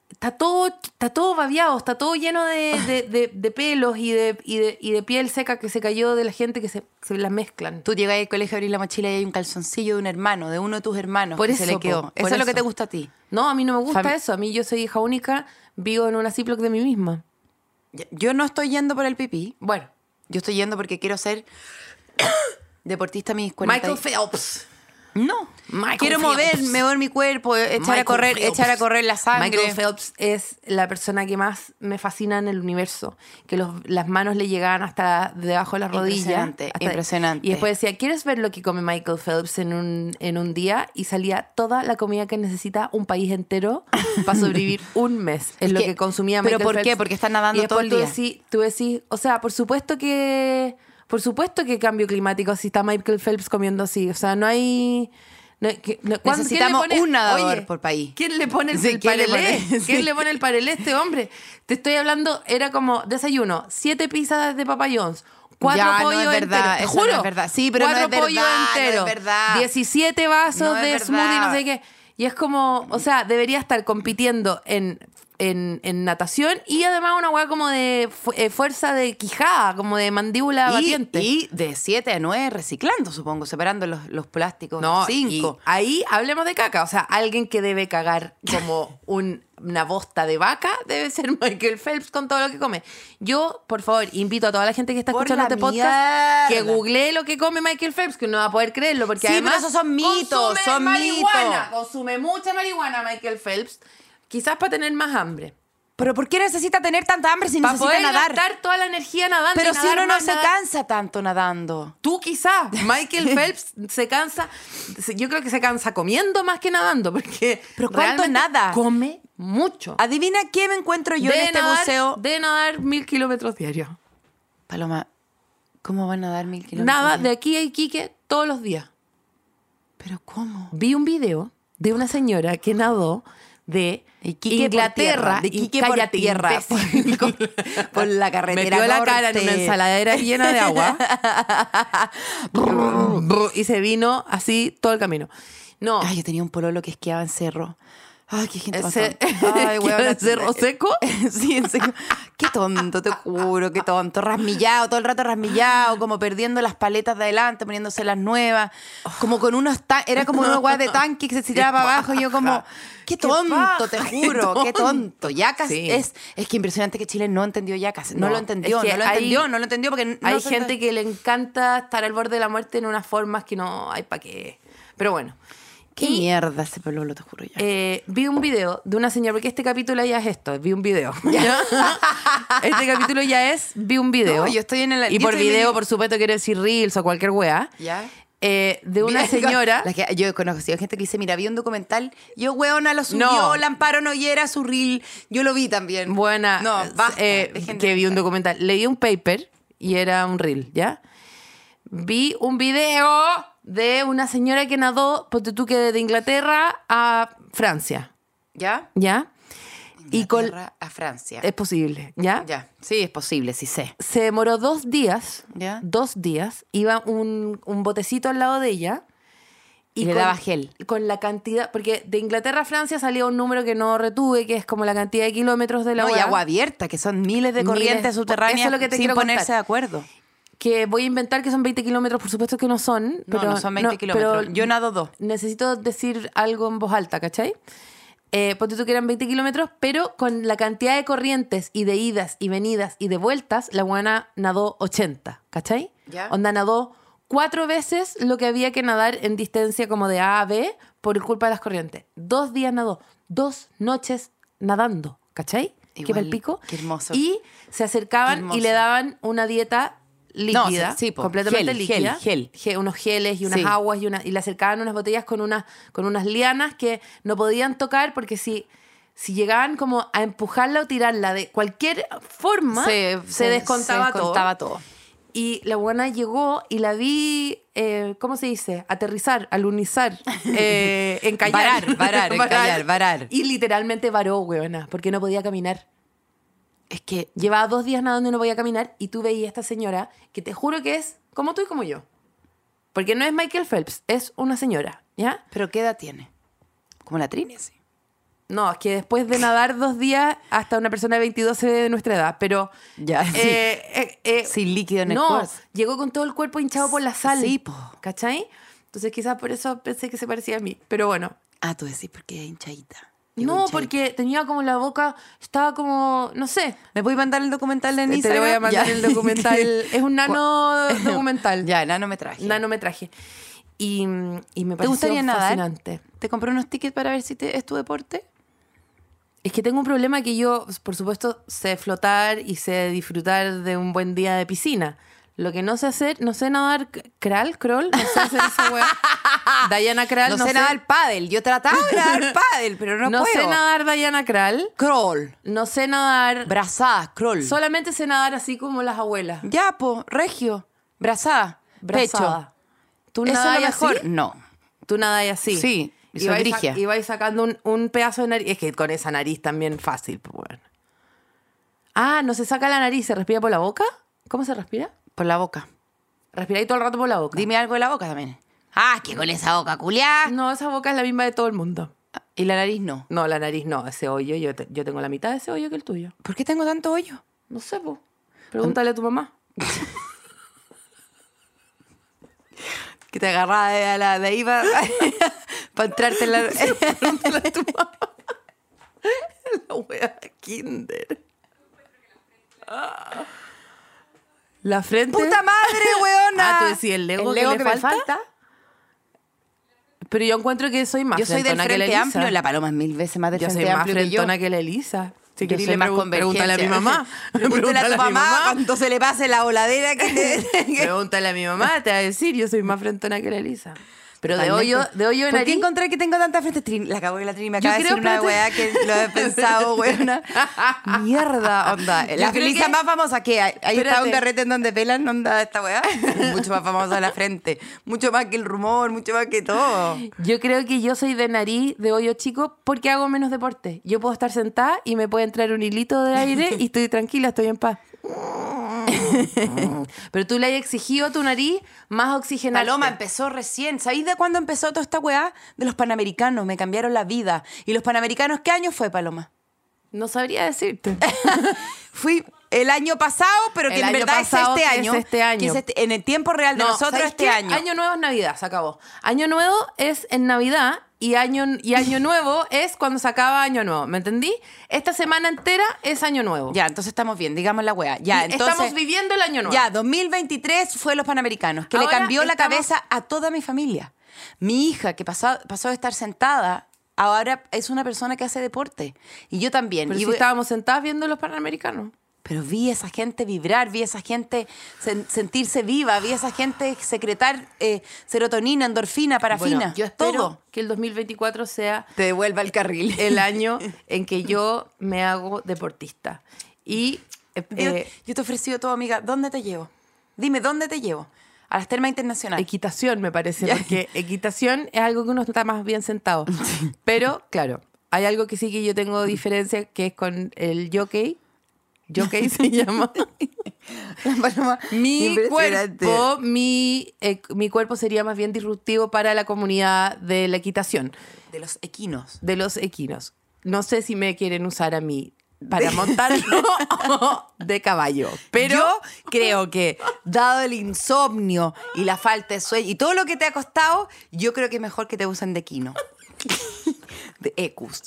D: está todo, está todo babeado, está todo lleno de, de- de- de pelos y de, y, de, y de piel seca que se cayó de la gente que se, se las mezclan.
B: Tú llegas al colegio, abrís la mochila y hay un calzoncillo de un hermano, de uno de tus hermanos,
D: Por
B: que
D: eso,
B: se le quedó.
D: po,
B: eso
D: por
B: es lo que
D: eso.
B: te gusta a ti.
D: No, a mí no me gusta
B: Fam-
D: eso, a mí yo soy hija única, vivo en una Ziploc de mí misma.
B: Yo no estoy yendo por el pipí.
D: Bueno,
B: Yo estoy yendo porque quiero ser deportista a mis 40. y-
D: Michael Phelps.
B: No.
D: Michael
B: quiero
D: Phelps.
B: mover, mover mi cuerpo, echar a
D: Michael
B: correr,
D: Phelps.
B: echar a correr la sangre.
D: Michael Phelps es la persona que más me fascina en el universo. Que los- las manos le llegaban hasta debajo de las rodillas.
B: Impresionante,
D: hasta-
B: impresionante.
D: Y después decía, ¿quieres ver lo que come Michael Phelps en un, en un día? Y salía toda la comida que necesita un país entero para sobrevivir un mes. Es,
B: Es
D: lo
B: que-
D: que consumía
B: ¿pero
D: Michael
B: por qué?
D: Phelps.
B: Porque está nadando
D: Y
B: todo el
D: después
B: día.
D: tú decí- tú decís, o sea, por supuesto que... Por supuesto que cambio climático si está Michael Phelps comiendo así. O sea, no hay... no hay- que- no- ¿cuándo- quién le
B: Necesitamos
D: pone-
B: un nadador
D: Oye,
B: por país.
D: ¿Quién le pone el,
B: Sí,
D: el
B: ¿quién le
D: parelé?
B: pone? Sí.
D: ¿Quién le pone el parelé a este hombre? Te estoy hablando, era como desayuno, siete pizzas de Papa John's, cuatro
B: Ya, no
D: pollos
B: es verdad,
D: enteros, te
B: eso
D: juro.
B: no es verdad. Sí, pero no
D: cuatro
B: es verdad,
D: pollos
B: no es
D: enteros,
B: verdad.
D: 17 vasos
B: No es
D: de
B: verdad.
D: smoothie, no sé qué. Y es como, o sea, debería estar compitiendo en, en, en natación y además una hueá como de fu- eh, fuerza de quijada, como de mandíbula
B: y,
D: batiente.
B: y de 7 a 9 reciclando, supongo, separando los, los plásticos.
D: No,
B: cinco.
D: y ahí hablemos de caca. O sea, alguien que debe cagar como un- una bosta de vaca debe ser Michael Phelps con todo lo que come. Yo, por favor, invito a toda la gente que está
B: Por
D: escuchando
B: la
D: este podcast que
B: mierda.
D: googlee lo que come Michael Phelps, que uno va a poder creerlo. Porque
B: Sí, pero
D: además
B: esos son mitos,
D: consume
B: son
D: marihuana,
B: mitos.
D: Consume mucha marihuana Michael Phelps, quizás para tener más hambre.
B: Pero ¿por qué necesita tener tanta hambre si
D: Para
B: necesita
D: poder
B: nadar?
D: gastar toda la energía nadando. y
B: Pero si
D: nadar
B: uno no
D: más,
B: se
D: nadar-
B: cansa tanto nadando.
D: Tú quizás, Michael Phelps se cansa, se- yo creo que se cansa comiendo más que nadando, porque
B: Pero ¿cuánto
D: realmente
B: nada?
D: Come mucho.
B: Adivina qué me encuentro yo en este
D: nadar,
B: buceo.
D: de nadar mil kilómetros diarios.
B: Paloma, ¿cómo van a dar mil kilómetros?
D: Nada, de
B: diarios?
D: aquí a Iquique todos los días.
B: ¿Pero cómo?
D: Vi un video de una señora que nadó de
B: Iquique por
D: Inglaterra,
B: tierra, de Iquique por
D: cállate,
B: tierra,
D: imbécil.
B: por- por la carretera
D: Metió la cara en una
B: norte.
D: ensaladera llena de agua. Brr, brr, y se vino así todo el camino. No,
B: Ay, yo tenía un pololo que esquiaba en cerro. Ay, qué gente más
D: Ese-
B: tonta. Ay, eh,
D: ¿Qué
B: weón,
D: era, cerro seco?
B: sí, en serio. Qué tonto, te juro, qué tonto. Rasmillado, todo el rato rasmillado, como perdiendo las paletas de adelante, poniéndose las nuevas. Como con unos ta- Era como una guay de tanque que se tiraba para abajo. Y yo como, qué tonto,
D: paja,
B: te
D: qué
B: juro, qué tonto. Yacas
D: Sí.
B: es, es que impresionante que Chile no entendió Yacas. No,
D: No,
B: lo entendió,
D: es que
B: no lo
D: hay-
B: entendió, no lo entendió porque no
D: hay
B: se
D: gente
B: ent-
D: que le encanta estar al borde de la muerte en unas formas que no hay para qué. Pero bueno.
B: Qué
D: Y,
B: mierda ese pueblo, te juro ya.
D: eh, vi un video de una señora, porque este capítulo ya es esto, vi un video. ¿ya? este capítulo ya es, vi un video.
B: No, yo estoy en el-
D: Y
B: yo
D: por
B: estoy en
D: video,
B: el-
D: por supuesto, quiero decir reels o cualquier wea.
B: ¿Ya?
D: eh, de una
B: Vi-
D: señora.
B: La que- yo conozco sí, hay gente que dice, mira, vi un documental, yo weona lo subió,
D: No.
B: la Amparo Noguera, su reel, yo lo vi también.
D: Buena.
B: No, basta,
D: eh,
B: dejen de
D: que vi un
B: pensar.
D: documental. Leí un paper y era un reel, ¿ya? Vi un video de una señora que nadó, ponte tú que de Inglaterra a Francia,
B: ¿Ya?
D: ¿ya? Y con-
B: Inglaterra a Francia.
D: Es posible, ¿ya?
B: ya, sí, es posible, sí sé.
D: Se demoró dos días,
B: Ya.
D: dos días, iba un, un botecito al lado de ella.
B: Y le
D: con-
B: daba gel.
D: Con la cantidad, porque de Inglaterra a Francia salía un número que no retuve, que es como la cantidad de kilómetros de la
B: No, y
D: hueá.
B: agua abierta, que son miles de corrientes
D: Miles.
B: subterráneas
D: Eso es lo que te
B: sin
D: quiero contar.
B: ponerse de acuerdo.
D: que voy a inventar que son 20 kilómetros, por supuesto que no son.
B: No,
D: pero,
B: no son
D: pero
B: 20 kilómetros. Yo nado dos.
D: Necesito decir algo en voz alta, ¿cachai? Eh, ponte tú que eran 20 kilómetros, pero con la cantidad de corrientes y de idas y venidas y de vueltas, la buena nadó 80, ¿cachai?
B: Ya.
D: Onda nadó cuatro veces lo que había que nadar en distancia como de A a B por culpa de las corrientes. Dos días nadó, dos noches nadando, ¿cachai? qué
B: Igual,
D: palpico.
B: qué hermoso.
D: Y se
B: Qué
D: acaban
B: hermoso.
D: y le daban una dieta líquida,
B: sí, sí, po.
D: completamente
B: Gel, gel,
D: líquida,
B: gel.
D: ge- unos geles y unas
B: Sí.
D: aguas y, una, y le acercaban unas botellas con unas, con unas lianas que no podían tocar porque si, si llegaban como a empujarla o tirarla de cualquier forma, se, descontaba,
B: se
D: todo.
B: descontaba todo.
D: Y la buena llegó y la vi, eh, ¿cómo se dice? Aterrizar, alunizar, eh, encallar.
B: Varar, varar, encallar, varar.
D: Y literalmente varó, weona, porque no podía caminar.
B: Es que
D: Llevaba dos días nadando y no podía caminar y tú veías a esta señora que te juro que es como tú y como yo. Porque no es Michael Phelps, es una señora, ¿ya?
B: ¿Pero qué edad tiene? Como la Trini, sí.
D: No, es que después de nadar dos días hasta una persona de 22 se ve de nuestra edad, pero...
B: Ya, sí.
D: eh, eh, eh,
B: Sin líquido en el
D: No,
B: cuerpo.
D: llegó con todo el cuerpo hinchado por la sal.
B: Sí, po.
D: ¿Cachai? Entonces quizás por eso pensé que se parecía a mí, pero bueno.
B: Ah, tú decís porque es hinchadita. Llegó
D: No,
B: hinchadita.
D: porque tenía como la boca, estaba como, no sé,
B: ¿Me puedes mandar el documental de
D: Te-
B: Anisa?
D: Te voy a mandar el documental. es un nano documental.
B: ya, nano me traje.
D: Nanometraje. Y, mm, y me
B: ¿Te
D: pareció
B: gustaría nadar?
D: fascinante.
B: ¿Te compré unos tickets para ver si te- es tu deporte?
D: Es que tengo un problema que yo, por supuesto, sé flotar y sé disfrutar de un buen día de piscina. Lo que no sé hacer, no sé nadar c- crawl, crawl, no sé hacer esa weá. Diana Kral,
B: no, sé, nadar pádel. Yo trataba de nadar pádel, pero no,
D: no
B: puedo.
D: sé nadar Diana Kral,
B: Crawl.
D: no sé nadar,
B: Brazada, crawl.
D: solamente sé nadar así como las abuelas.
B: ya, po, regio. Brazada. Pecho.
D: Brazada. ¿Tú
B: ¿Eso es
D: nadas
B: lo mejor?
D: así?
B: No.
D: Tú nadáis así.
B: Sí, y
D: y
B: soy
D: vais,
B: brigia.
D: sa- y vais sacando un, un pedazo de nariz. Es que con esa nariz también fácil, pues, bueno. Ah, no se saca la nariz, se respira por la boca. ¿Cómo se respira?
B: Por la boca.
D: Respiráis todo el rato por la boca.
B: Dime algo de la boca también. Ah, que con esa boca, culiá.
D: No, esa boca es la misma de todo el mundo.
B: Y la nariz no.
D: No, la nariz no, ese hoyo, yo, te- yo tengo la mitad de ese hoyo que el tuyo.
B: ¿Por qué tengo tanto hoyo?
D: No sé, pues. Pregúntale a tu mamá.
B: Que te agarraba de, a la, de ahí para entrarte en la...
D: La wea Kinder. Ah. La frente.
B: ¡Puta madre, weona!
D: Ah, tú decís, ¿el Lego que le
B: me
D: falta? Pero yo encuentro que soy más
B: Yo soy del
D: frentona que la
B: Frente
D: Elisa.
B: Amplio. La Paloma es mil veces más del
D: yo soy
B: Frente
D: más
B: Amplio que yo.
D: frentona que, la Elisa. Si
B: Yo
D: querés
B: soy
D: le
B: más
D: pregun- pregúntale a mi
B: convergencia.
D: mamá.
B: Pregúntale a tu
D: mi
B: mamá cuando se le pase la voladera que te...
D: Pregúntale a mi mamá, te va a decir, yo soy más frentona que la Elisa. Pero de
B: Totalmente.
D: hoyo, de hoyo de
B: ¿Por qué
D: nariz,
B: encontré que tengo tanta frente? Trini- la acabo de la Trini me
D: Yo
B: acaba de decir
D: creo,
B: una weá
D: espérate.
B: que lo he pensado, weona. Mierda, onda.
D: Yo
B: La
D: creo
B: Elisa
D: que-
B: más famosa que hay. Ahí está
D: Espérate.
B: un carrete en donde pelan, onda, esta weá. Mucho más famosa la frente. Mucho más que el rumor, mucho más que todo.
D: yo creo que yo soy de nariz, de hoyo chico, porque hago menos deporte. Yo puedo estar sentada y me puede entrar un hilito de aire y estoy tranquila, estoy en paz. Pero tú le has exigido a tu nariz más oxigenada.
B: Paloma empezó recién. ¿Sabéis de cuándo empezó toda esta weá? De los panamericanos. Me cambiaron la vida. ¿Y los panamericanos qué año fue, Paloma?
D: No sabría decirte.
B: Fui el año pasado, pero que
D: El
B: en
D: año
B: verdad es
D: pasado,
B: este
D: que es
B: año.
D: este año.
B: que es este- en el tiempo real de
D: No,
B: nosotros,
D: ¿sabes
B: este
D: qué?
B: año.
D: Año nuevo es Navidad, se acabó. Año nuevo es en Navidad y año, y año nuevo es cuando se acaba año nuevo. ¿Me entendí? Esta semana entera es año nuevo.
B: Ya, entonces estamos bien, digamos la weá. Ya,
D: Y
B: entonces.
D: Estamos viviendo el año nuevo.
B: Ya, 2023 fue los Panamericanos, que
D: Ahora
B: le cambió la
D: estamos-
B: cabeza a toda mi familia. Mi hija, que pasó, pasó de estar sentada, ahora es una persona que hace deporte. Y yo también.
D: Pero
B: Y
D: si
B: voy-
D: estábamos sentadas viendo los panamericanos.
B: pero vi esa gente vibrar, vi esa gente sen- sentirse viva, vi esa gente secretar eh, serotonina, endorfina, parafina.
D: Bueno, yo espero
B: todo.
D: que el 2024 sea
B: Te devuelva el carril.
D: el año en que yo me hago deportista. Y eh,
B: Yo,
D: eh,
B: yo te he ofrecido todo, amiga. ¿Dónde te llevo? Dime, ¿dónde te llevo? A las termas internacionales.
D: equitación, me parece,
B: Ah. Ya.
D: porque equitación es algo que uno está más bien sentado. Pero, claro, hay algo que sí que yo tengo diferencia, que es con el jockey. Jockey se llama. Mi cuerpo, mi, eh, mi cuerpo sería más bien disruptivo para la comunidad de la equitación,
B: De los equinos.
D: de los equinos. No sé si me quieren usar a mí para montarlo o de caballo, pero...
B: Pero creo que, dado el insomnio y la falta de sueño y todo lo que te ha costado, yo creo que es mejor que te usen de equino. De ecus.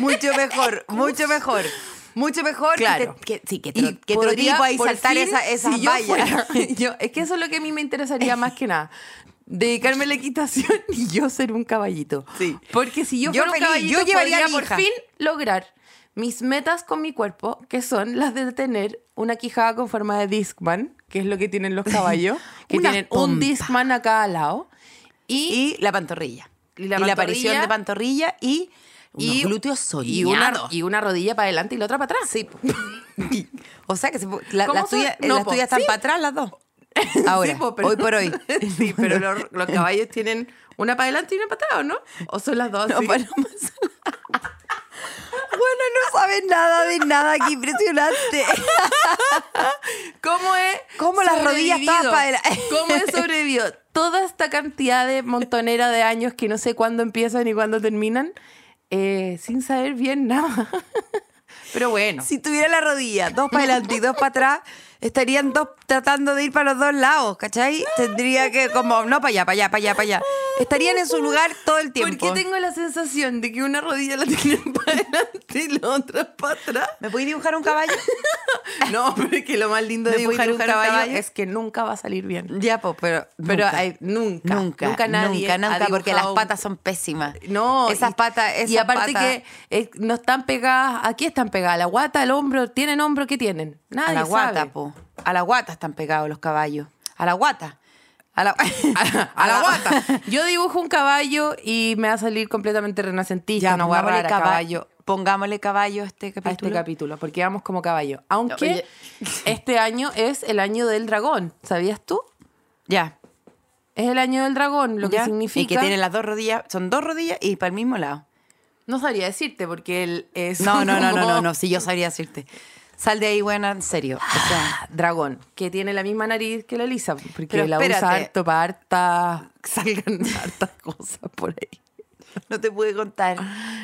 B: Mucho mejor, mucho mejor. Mucho mejor
D: Claro.
B: que, te- que- sí, que,
D: Y
B: tro- que
D: podría,
B: trotipo ahí
D: por
B: saltar
D: fin,
B: esa, esas
D: si yo
B: vallas.
D: fuera- yo- es que eso es lo que a mí me interesaría más que nada. Dedicarme a la equitación y yo ser un caballito.
B: Sí.
D: Porque si yo,
B: Yo
D: fuera
B: feliz,
D: un caballito,
B: yo llevaría a
D: podría
B: mi
D: por
B: hija.
D: fin lograr mis metas con mi cuerpo, que son las de tener una quijada con forma de Discman, que es lo que tienen los caballos, que
B: Una
D: tienen un
B: pompa.
D: Discman a cada lado. Y,
B: Y la pantorrilla.
D: Y la
B: aparición
D: pantorrilla.
B: de pantorrilla y, unos
D: y-
B: glúteos
D: y una,
B: soñados.
D: y una rodilla para adelante y la otra para atrás.
B: Sí. po. o sea que se po- la-
D: ¿Cómo
B: las
D: se-
B: tuyas
D: no,
B: las
D: po.
B: tuyas están
D: Sí.
B: para atrás las dos. Ahora,
D: Sí, po, pero-
B: hoy por hoy.
D: Sí, pero los, los caballos tienen una para adelante y una para atrás, ¿o ¿no? O son las dos.
B: No,
D: así?
B: Paloma, son- bueno, no sabes nada de nada, qué impresionante.
D: ¿Cómo es?
B: ¿Cómo las rodillas
D: sobrevivido?
B: estaban pa' adelante?
D: ¿Cómo he sobrevivido toda esta cantidad de montonera de años que no sé cuándo empiezan ni cuándo terminan eh, sin saber bien nada? Pero bueno.
B: Si tuviera la rodilla, dos para adelante y dos para atrás, estarían dos tratando de ir para los dos lados, ¿cachai? Tendría que como, no para allá, para allá, para allá, para allá. Estarían en su lugar todo
D: ¿Por
B: el tiempo.
D: qué tengo la sensación de que una rodilla la tienen para adelante y la otra para atrás?
B: ¿Me podéis dibujar un caballo?
D: No, pero es que lo más lindo de
B: ¿Me puedes
D: dibujar, un
B: dibujar un
D: caballo,
B: caballo?
D: es que nunca va a salir bien.
B: ya, pues, pero.
D: Pero
B: nunca.
D: hay- nunca,
B: Nunca, nunca,
D: nadie
B: nunca,
D: ha
B: porque las
D: dibujado un-
B: patas son pésimas.
D: No,
B: esas
D: y-
B: patas, esas
D: y aparte
B: patas-
D: que eh, no están pegadas, aquí están pegadas, la guata, el hombro, tienen hombro, ¿qué tienen? Nadie
B: a la guata,
D: sabe.
B: po. A la guata están pegados los caballos. A la guata. A la,
D: A la guata. Yo dibujo un caballo y me va a salir completamente renacentista, una guarra
B: pongámosle
D: rara,
B: caba-
D: caballo
B: Pongámosle caballo a este capítulo.
D: a este capítulo, porque vamos como caballo. Aunque
B: Oye.
D: este año es el año del dragón, ¿sabías tú?
B: Ya.
D: Es el año del dragón, lo
B: ya.
D: que significa...
B: Y que tiene las dos rodillas, son dos rodillas y para el mismo lado.
D: No sabría decirte porque él es
B: No, no, no, no,
D: como-
B: no, no, si yo sabría decirte. Sal de ahí, buena, en serio. O sea,
D: Ah, dragón, que tiene la misma nariz que la Lisa, porque
B: Pero
D: la usa
B: espérate.
D: harto para harta, salgan hartas cosas por ahí.
B: no te pude contar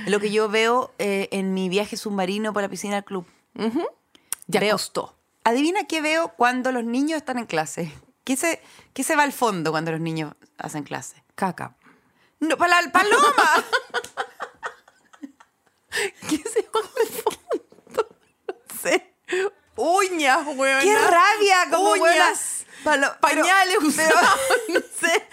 B: lo que yo veo eh, en mi viaje submarino por la piscina del club.
D: Ya pues.
B: Veo-
D: costó.
B: Adivina qué veo cuando los niños están en clase. ¿Qué se, qué se va al fondo cuando los niños hacen clase?
D: Caca.
B: No, para la paloma.
D: ¿Qué se va al fondo? No sé. Uñas, weón.
B: ¡Qué rabia! Como
D: Uñas.
B: huevas. Palo- pero-
D: Pañales usados, no sé.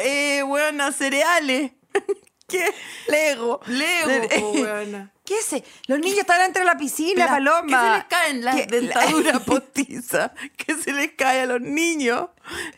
D: Eh, weona, cereales. ¿Qué? Lego. Lego, po, weona.
B: ¿Qué sé? Los niños están dentro de la piscina,
D: Las-
B: paloma.
D: Que se les caen las
B: ¿Qué?
D: dentaduras postizas. Que se les cae a los niños.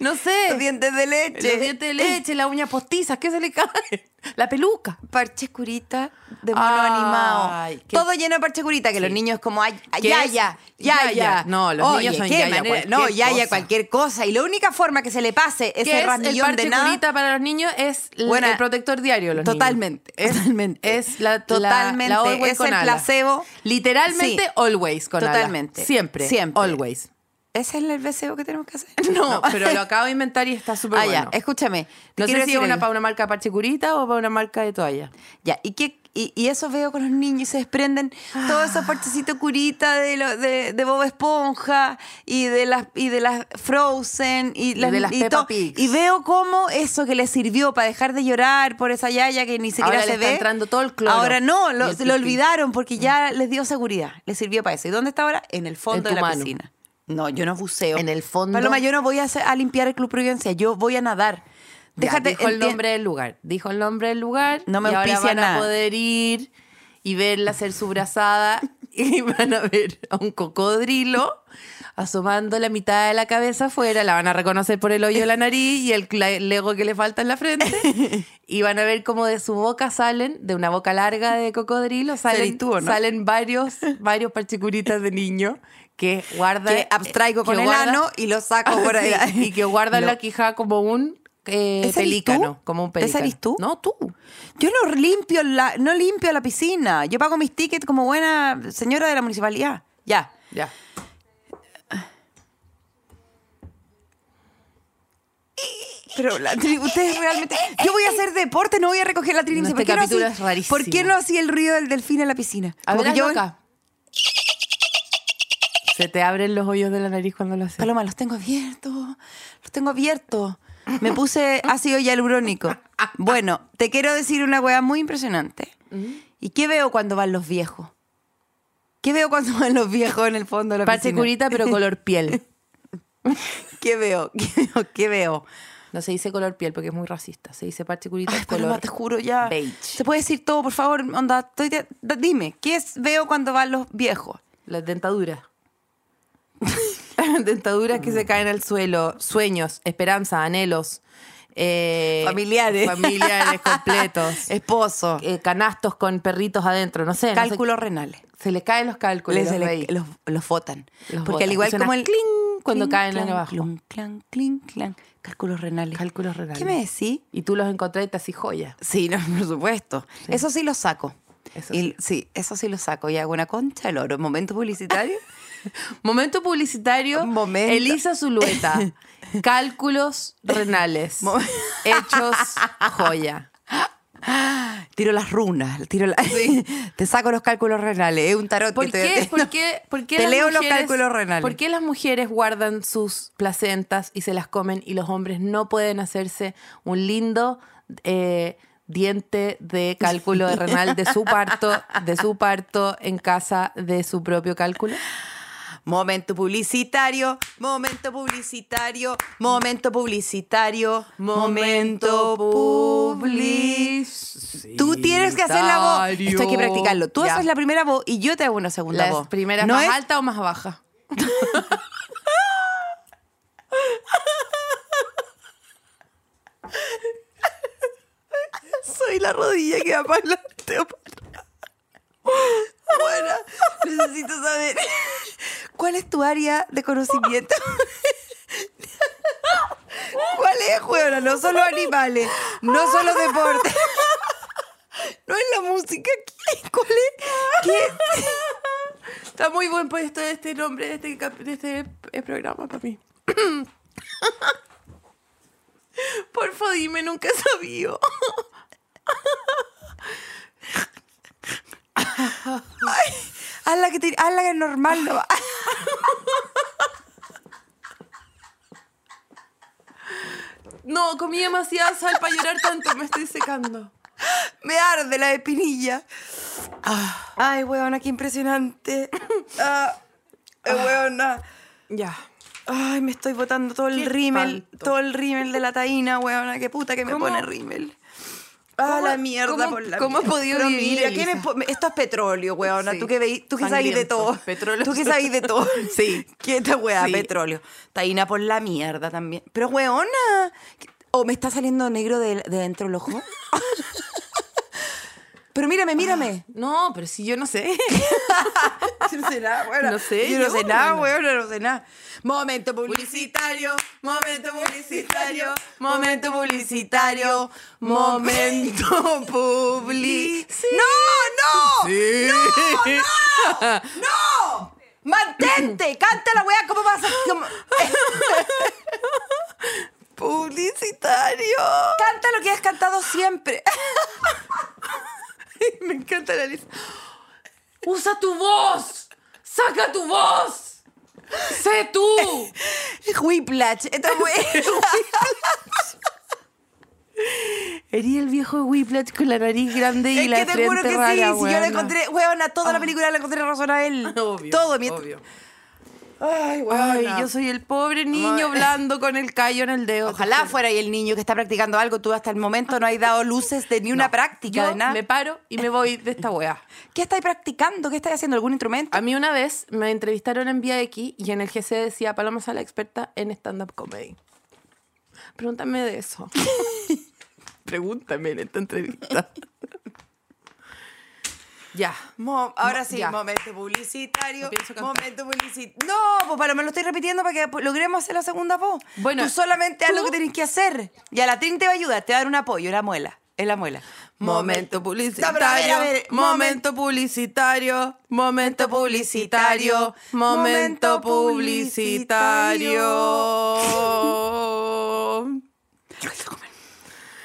D: No sé.
B: Los dientes de leche.
D: Los dientes de leche, las uñas postizas, ¿qué se le cae? La peluca.
B: Parches curita de mono
D: Ay,
B: animado.
D: qué-
B: Todo lleno de parche curita, que los niños como ay, ay,
D: ¿Qué
B: ya,
D: es?
B: ya, ya,
D: Ya, ya.
B: ya.
D: No, los niños son
B: qué
D: ya, ya,
B: manera-
D: cualquier
B: No, ya,
D: cosa.
B: ya, cualquier cosa. Y la única forma que se le pase
D: ¿Qué
B: ese
D: es el
B: ramillón
D: parche
B: de nada.
D: curita para los niños? Es l-
B: Buena.
D: el protector diario de los niños.
B: Totalmente, totalmente.
D: Es la, la-
B: Totalmente,
D: la Always
B: es
D: con
B: el
D: ala.
B: placebo.
D: Literalmente
B: Sí.
D: always con ala.
B: Totalmente.
D: Siempre.
B: Siempre.
D: Always.
B: ¿Ese es el deseo que tenemos que hacer?
D: No, pero lo acabo de inventar y está súper
B: ah,
D: bueno.
B: ya, escúchame. te
D: no sé si
B: quiero decir
D: es una,
B: algo.
D: para una marca de parche curita o para una marca de toalla.
B: Ya, ¿y, qué, y, y eso veo con los niños, y se desprenden todos
D: Ah.
B: esos partecitos curitas de, lo- de, de Bob Esponja y de las, y de las Frozen y, las,
D: de las Peppa
B: to-
D: Pigs.
B: Y veo cómo eso que les sirvió para dejar de llorar por esa yaya que ni
D: Ahora
B: siquiera se
D: le está
B: ve.
D: entrando todo el cloro
B: Ahora no,
D: y
B: lo,
D: el
B: se
D: pipí.
B: lo
D: Mm.
B: olvidaron porque ya les dio seguridad, les sirvió para eso. ¿Y dónde está ahora? En el fondo
D: En tu
B: de la
D: mano.
B: piscina. No, yo no buceo.
D: En el fondo.
B: Paloma, yo no voy a, hacer- a limpiar el Club Providencia, yo voy a nadar.
D: Ya,
B: Déjate
D: dijo el
B: enti-
D: nombre del lugar. Dijo el nombre del lugar.
B: No me
D: y ahora
B: auspicia
D: van
B: nada.
D: a poder ir y verla hacer su brazada y van a ver a un cocodrilo asomando la mitad de la cabeza afuera. La van a reconocer por el hoyo de la nariz y el cla- lego que le falta en la frente. Y van a ver cómo de su boca salen, de una boca larga de cocodrilo, salen,
B: tú, ¿o no?
D: salen varios, varios parchicuritas de niño que guardan.
B: Eh, que abstraigo
D: que
B: con el
D: guardan-
B: ano y lo saco por ahí.
D: Ah, Sí, y que guardan
B: Lo-
D: la quijada como un eh,
B: ¿Ese eres
D: pelícano.
B: tú?
D: Como un
B: ¿Ese eres
D: pelícano.
B: tú?
D: No, tú.
B: Yo no limpio la, no limpio la piscina. Yo pago mis tickets como buena señora de la municipalidad. Ya.
D: Ya.
B: Pero la tri- ustedes realmente. Yo voy a hacer deporte, no voy a recoger la
D: No,
B: trinicia.
D: este
B: ¿Por, qué no
D: capítulo
B: hacía-
D: es rarísimo.
B: ¿Por qué no hacía el ruido del delfín en la piscina?
D: A
B: Como
D: ver,
B: que yo-
D: acá. Se te abren los hoyos de la nariz cuando lo haces.
B: Paloma, los tengo abiertos. Los tengo abiertos. Me puse ácido hialurónico. Bueno, te quiero decir una weá muy impresionante.
D: Mm.
B: ¿Y qué veo cuando van los viejos? ¿Qué veo cuando van los viejos en el fondo de la
D: Parche
B: piscina?
D: curita, pero color piel.
B: ¿Qué veo? ¿Qué veo? ¿Qué veo?
D: No se dice color piel porque es muy racista. Se dice parche curita
B: Ay,
D: es
B: Paloma,
D: color.
B: te juro ya.
D: beige.
B: Se puede decir todo, por favor, onda. estoy de- da- dime, ¿qué es- veo cuando van los viejos?
D: Las dentaduras. dentaduras
B: Mm.
D: que se caen al suelo. Sueños, esperanza, anhelos. eh,
B: Familiares.
D: Familiares completos.
B: Esposo,
D: eh, canastos con perritos adentro. No sé. no sé
B: cálculos renales.
D: Se le caen los cálculos.
B: Les-
D: los
B: les-
D: veis.
B: los, los botan.
D: Los
B: Porque
D: botan.
B: al igual
D: Suena
B: como el.
D: cling cuando caen
B: clan,
D: abajo.
B: clun, clan, clink, clan. Cálculos renales.
D: Cálculos renales.
B: ¿Qué me decís?
D: Y tú los encontrás y te así joya.
B: Sí, no, por supuesto. Eso sí lo saco.
D: Eso
B: Y- sí, eso sí lo saco. Y hago una concha el oro. Momento publicitario.
D: Momento publicitario.
B: Momento.
D: Elisa Zulueta. Cálculos renales.
B: Mo-
D: Hechos joya.
B: Tiro las runas, tiro la- te saco los cálculos renales, es un tarot.
D: ¿Por
B: que te-
D: qué, por qué, por qué
B: Te
D: las
B: leo los
D: mujeres-
B: cálculos renales.
D: ¿Por qué las mujeres guardan sus placentas y se las comen y los hombres no pueden hacerse un lindo eh, diente de cálculo de renal de su parto, de su parto en casa de su propio cálculo?
B: Momento publicitario, momento publicitario, momento publicitario, momento publicitario. Tú tienes que hacer la voz. Esto hay que practicarlo. Tú
D: Ya.
B: haces la primera voz y yo te hago una segunda
D: ¿La
B: voz.
D: primera
B: no
D: más
B: es-
D: alta o más baja?
B: Soy la rodilla que va para adelante o para atrás. Bueno, necesito saber cuál es tu área de conocimiento. ¿Cuál es, juega? No solo animales, no solo deporte. No es la música. ¿qué? ¿Cuál es? ¿Qué?
D: Está muy buen puesto este nombre de este, cap- de este eh, programa para mí. Porfa, dime, nunca he sabido.
B: Haz la que, te, haz la que es normal. No.
D: No, comí demasiada sal para llorar tanto, me estoy secando.
B: Me arde la espinilla. Ah. Ay, huevona, qué impresionante. Ah, eh, huevona.
D: Ya.
B: Ay, me estoy botando todo el
D: Qué
B: rímel,
D: espanto.
B: todo el rímel de la taína, weona, qué puta que me
D: ¿Cómo?
B: pone rímel. Ah,
D: ¿Cómo-
B: la mierda
D: cómo-
B: por la
D: cómo has
B: mierda.
D: podido
B: Pero
D: vivir,
B: mira, ¿qué me
D: Elisa?
B: po- Esto es petróleo, weona,
D: Sí,
B: tú que veí, tú que sabís de
D: sangriento,
B: todo.
D: petróleo.
B: Tú que sabís de todo.
D: Sí.
B: Quieta weá,
D: Sí.
B: petróleo. Taína por la mierda también. Pero weona, o me está saliendo negro de, de dentro el ojo. Pero mírame, mírame.
D: No, pero si yo no sé.
B: Yo no sé nada, weona.
D: No sé,
B: Yo no
D: yo,
B: sé nada,
D: weona.
B: weona, no sé nada. Momento publicitario, momento publicitario, momento publicitario, momento publicitario. ¡No, no! ¡No, no! ¡Mantente! ¡Canta la weá! ¿Cómo vas a...? cómo-
D: Publicitario.
B: ¡Canta lo que has cantado siempre!
D: Me encanta la lista. Usa tu voz. Saca tu voz. Sé tú.
B: Whiplash. Esta weá.
D: Herí el viejo Whiplash con la nariz grande y
B: Es
D: la
B: que te juro
D: frente
B: que
D: rara,
B: sí. Si yo
D: weona.
B: la encontré... Weona, Ah. toda la película la encontré razón a él.
D: Obvio,
B: Todo. mi-
D: obvio.
B: Ay, weona.
D: Ay, yo soy el pobre niño blando con el callo en el dedo.
B: Ojalá fuera ahí el niño que está practicando algo. Tú hasta el momento no has dado luces de ni una
D: No,
B: práctica,
D: yo
B: de nada.
D: Me paro y me voy de esta weá.
B: ¿Qué estáis practicando? ¿Qué estáis haciendo? ¿Algún instrumento?
D: A mí una vez me entrevistaron en Vía X y en el GC decía Paloma Sala, experta en stand-up comedy. Pregúntame de eso. Pregúntame en esta entrevista. ya.
B: Mo- ahora sí,
D: ya.
B: momento publicitario.
D: No pienso cantar.
B: Momento publicitario. No, pues para me lo estoy repitiendo para que logremos hacer la segunda voz.
D: Bueno,
B: tú solamente haz
D: tú-
B: lo que tenés que hacer. Y a la Trin te va a ayudar, te va a dar un apoyo, la muela. Es la muela.
D: Momento
B: No, pero a ver,
D: publicitario.
B: a ver,
D: momento publicitario. Momento publicitario. Momento
B: Momento
D: publicitario.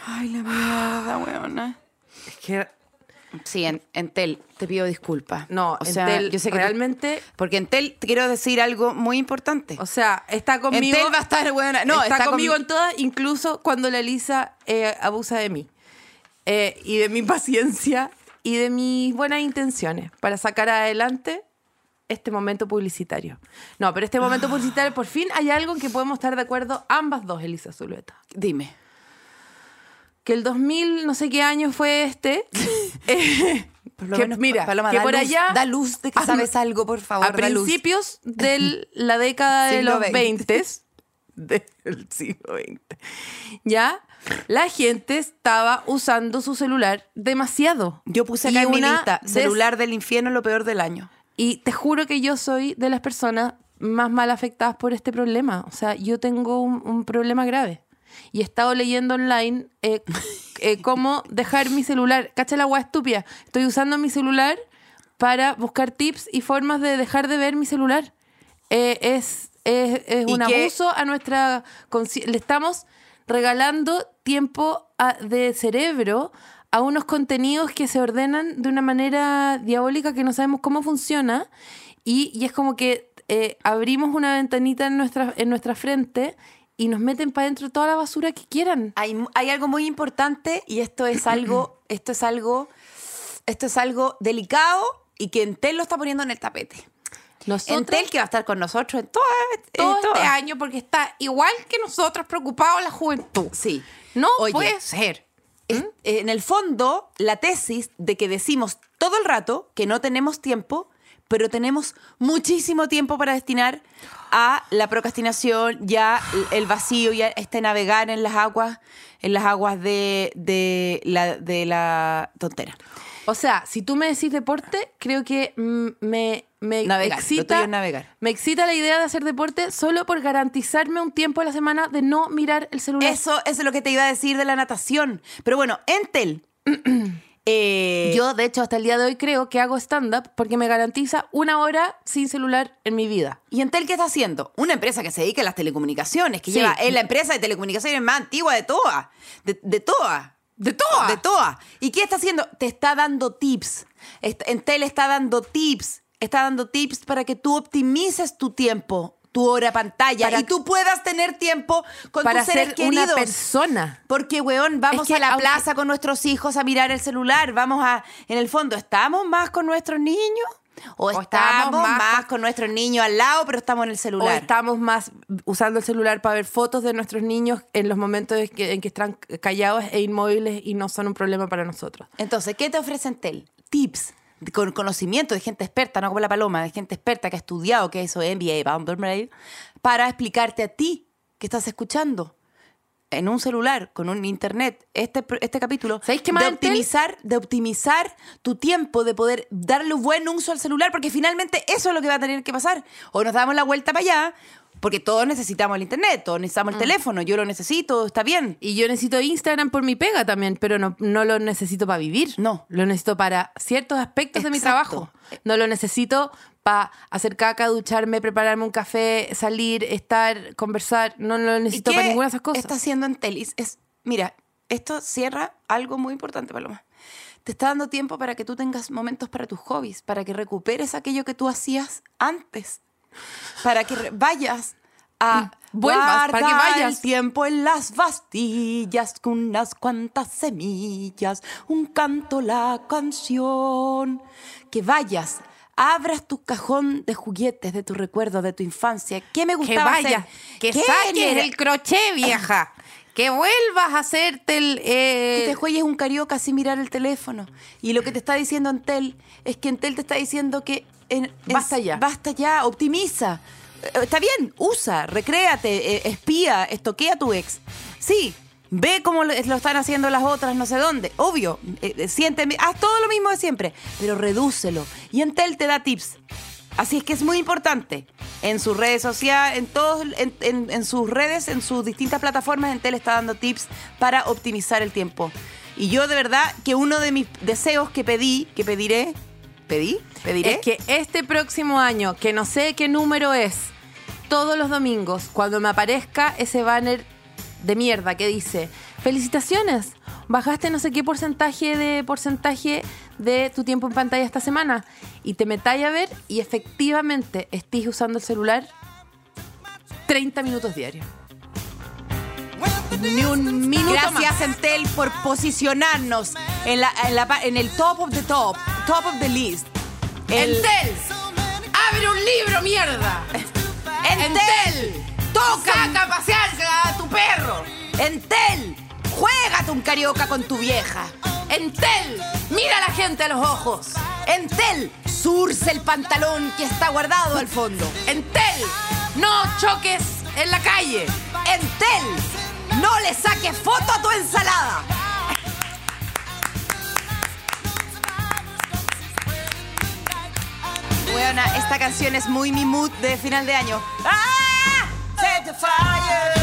B: Ay, la mierda, weona.
D: Es que
B: Sí, en, Entel, te pido disculpas.
D: No,
B: o sea,
D: Entel,
B: yo sé que tú-
D: realmente-
B: porque Entel, te quiero decir algo muy importante.
D: O sea, está conmigo.
B: Entel va a estar, weona. No,
D: está,
B: está
D: conmigo
B: conmi-
D: en todas, incluso cuando la Elisa eh, abusa de mí. Eh, y de mi paciencia y de mis buenas intenciones para sacar adelante este momento publicitario. No, pero este momento publicitario, por fin hay algo en que podemos estar de acuerdo ambas dos, Elisa Zulueta.
B: Dime.
D: Que el 2000, no sé qué año fue este. eh,
B: Por Ah, lo
D: que,
B: menos,
D: mira,
B: Paloma,
D: que
B: da
D: por
B: luz,
D: allá.
B: Da luz de que
D: a-
B: sabes algo, por favor.
D: a
B: da luz.
D: principios de la década de
B: Siglo
D: los
B: 20.
D: 20, del siglo XX, ya la gente estaba usando su celular demasiado.
B: Yo puse
D: Y
B: acá en mi
D: una
B: lista,
D: des-
B: celular del infierno, lo peor del año.
D: Y te juro que yo soy de las personas más mal afectadas por este problema. O sea, yo tengo un, un problema grave. Y he estado leyendo online eh, eh, cómo dejar mi celular. Cacha la agua estúpida. Estoy usando mi celular para buscar tips y formas de dejar de ver mi celular. Eh, es, es, es
B: ¿Y
D: un
B: qué?
D: abuso a nuestra consci- Le estamos regalando tiempo a- de cerebro a unos contenidos que se ordenan de una manera diabólica que no sabemos cómo funciona. Y, y es como que eh, abrimos una ventanita en nuestra, en nuestra frente y nos meten para adentro toda la basura que quieran.
B: hay, hay algo muy importante y esto es algo, esto es algo, esto es algo delicado y que Entel lo está poniendo en el tapete.
D: Nosotros
B: Entel que va a estar con nosotros en todo,
D: todo este
B: año.
D: año, porque está igual que nosotros preocupados la juventud.
B: Sí.
D: No
B: Oye,
D: puede ser. ¿Mm?
B: es- eh, en el fondo, la tesis de que decimos todo el rato que no tenemos tiempo, pero tenemos muchísimo tiempo para destinar a la procrastinación, ya el vacío, ya este navegar en las aguas, en las aguas de, de la, de la tontera.
D: O sea, si tú me decís deporte, creo que mm, me, me
B: Navegar, lo tuyo
D: excita.
B: es navegar.
D: Me excita la idea de hacer deporte solo por garantizarme un tiempo a la semana de no mirar el celular.
B: Eso, eso es lo que te iba a decir de la natación. Pero bueno, Entel. eh,
D: Yo, de hecho, hasta el día de hoy creo que hago stand-up porque me garantiza una hora sin celular en mi vida.
B: ¿Y Entel qué está haciendo? Una empresa que se dedica a las telecomunicaciones, que
D: Sí.
B: lleva, es la empresa de telecomunicaciones más antigua de toda. De, de toda.
D: ¡De todas!
B: De toda. ¿Y qué está haciendo? Te está dando tips. Est- Entel está dando tips. Está dando tips para que tú optimices tu tiempo, tu hora pantalla,
D: Para-
B: y tú puedas tener tiempo con
D: Para
B: tus seres
D: ser
B: queridos.
D: una persona.
B: Porque, weón, vamos
D: Es que
B: a la
D: aunque-
B: plaza con nuestros hijos a mirar el celular. Vamos a. En el fondo, ¿estamos más con nuestros niños? ¿O,
D: estamos
B: estamos,
D: más
B: más, con nuestros niños al lado, pero estamos en el
D: O
B: celular?
D: estamos más usando el celular para ver fotos de nuestros niños en los momentos en que, en que están callados e inmóviles y no son un problema para nosotros.
B: Entonces, ¿qué te ofrece Entel? Tips. de- Con conocimiento de gente experta, no como la paloma, de gente experta que ha estudiado, que eso es MBA, Boundary, para explicarte a ti que estás escuchando en un celular, con un internet, este, pro- este capítulo,
D: ¿Sabéis qué más,
B: de,
D: Entel?
B: optimizar, de optimizar tu tiempo, de poder darle un buen uso al celular, porque finalmente eso es lo que va a tener que pasar. O nos damos la vuelta para allá, Porque todos necesitamos el internet, todos
D: Mm.
B: necesitamos el teléfono, yo lo necesito, está bien.
D: Y yo necesito Instagram por mi pega también, pero no, no lo necesito para vivir.
B: No.
D: Lo necesito para ciertos aspectos de mi
B: Exacto.
D: trabajo. No lo necesito para hacer caca, ducharme, prepararme un café, salir, estar, conversar. No lo necesito
B: ¿Y
D: para
B: qué
D: ninguna de esas cosas.
B: Está haciendo en Telis. Es, mira, esto cierra algo muy importante, Paloma. Te está dando tiempo para que tú tengas momentos para tus hobbies, para que recuperes aquello que tú hacías antes, para que re- vayas a
D: Mm, Vuelvas, para que
B: guardar
D: vayas.
B: el tiempo en las bastillas con unas cuantas semillas, un canto la canción, que vayas. Abras tu cajón de juguetes, de tus recuerdos, de tu infancia. ¿Qué me
D: que
B: gustaba
D: vaya,
B: hacer?
D: que
B: ¿Qué
D: saques
B: era?
D: el crochet, vieja. Que vuelvas a hacerte el... eh,
B: que te juegues un carioca sin mirar el teléfono. Y lo que te está diciendo Entel es que Entel te está diciendo que... en- en-
D: Basta ya.
B: Basta ya, optimiza. Eh, Está bien, usa, recréate, eh, espía, estoquea a tu ex. Sí, ve cómo lo, lo están haciendo las otras, no sé dónde. Obvio, eh, eh, siente, haz todo lo mismo de siempre, pero redúcelo. Y Entel te da tips. Así es que es muy importante. En sus redes sociales, en todos, en, en- en sus redes, en sus distintas plataformas, Entel está dando tips para optimizar el tiempo. Y yo de verdad que uno de mis deseos que pedí, que pediré, pedí, pediré.
D: Es que este próximo año, que no sé qué número es, todos los domingos, cuando me aparezca ese banner de mierda que dice, felicitaciones, bajaste este no sé qué porcentaje de porcentaje de tu tiempo en pantalla esta semana, y te metáis a ver y efectivamente estés usando el celular 30 minutos diarios. Ni un minuto
B: Gracias
D: más.
B: Entel por posicionarnos en, la- en la pa- en el top of the top, top of the list. El-
D: Entel, abre un libro, mierda.
B: Entel, toca,
D: Saca a pasear a tu perro.
B: Entel, juégate un carioca con tu vieja.
D: Entel, mira a la gente a los ojos.
B: Entel, surce el pantalón que está guardado al fondo.
D: Entel, no choques en la calle.
B: Entel, no le saques foto a tu ensalada. Buena, esta canción es muy mi mood de final de año. ¡Ah! Set the fire.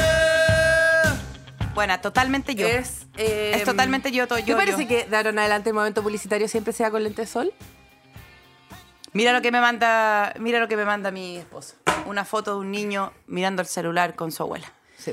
B: Buena, totalmente yo.
D: Es, eh,
B: Es totalmente yo, to-
D: ¿Te
B: yo,
D: parece
B: yo.
D: que daron adelante el momento publicitario siempre sea con lente de sol?
B: Mira lo que me manda, mira lo que me manda mi esposo. Una foto de un niño mirando el celular con su abuela.
D: Sí.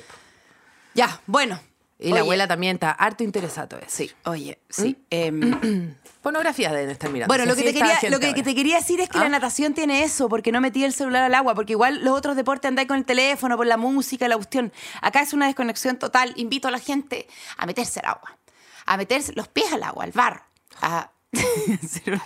B: Ya, bueno.
D: Y la
B: Oye,
D: abuela ¿Mm? también está harto interesado. Sí.
B: Oye, sí. em,
D: Pornografía deben estar mirando.
B: Bueno,
D: sí,
B: lo que,
D: así
B: te
D: está
B: quería,
D: haciendo
B: lo que
D: ahora. Ah.
B: te quería decir es que la natación tiene eso, porque no metí el celular al agua, porque igual los otros deportes andáis con el teléfono, por la música, la cuestión. Acá es una desconexión total. Invito a la gente a meterse al agua, a meterse los pies al agua, al barro. a-
D: La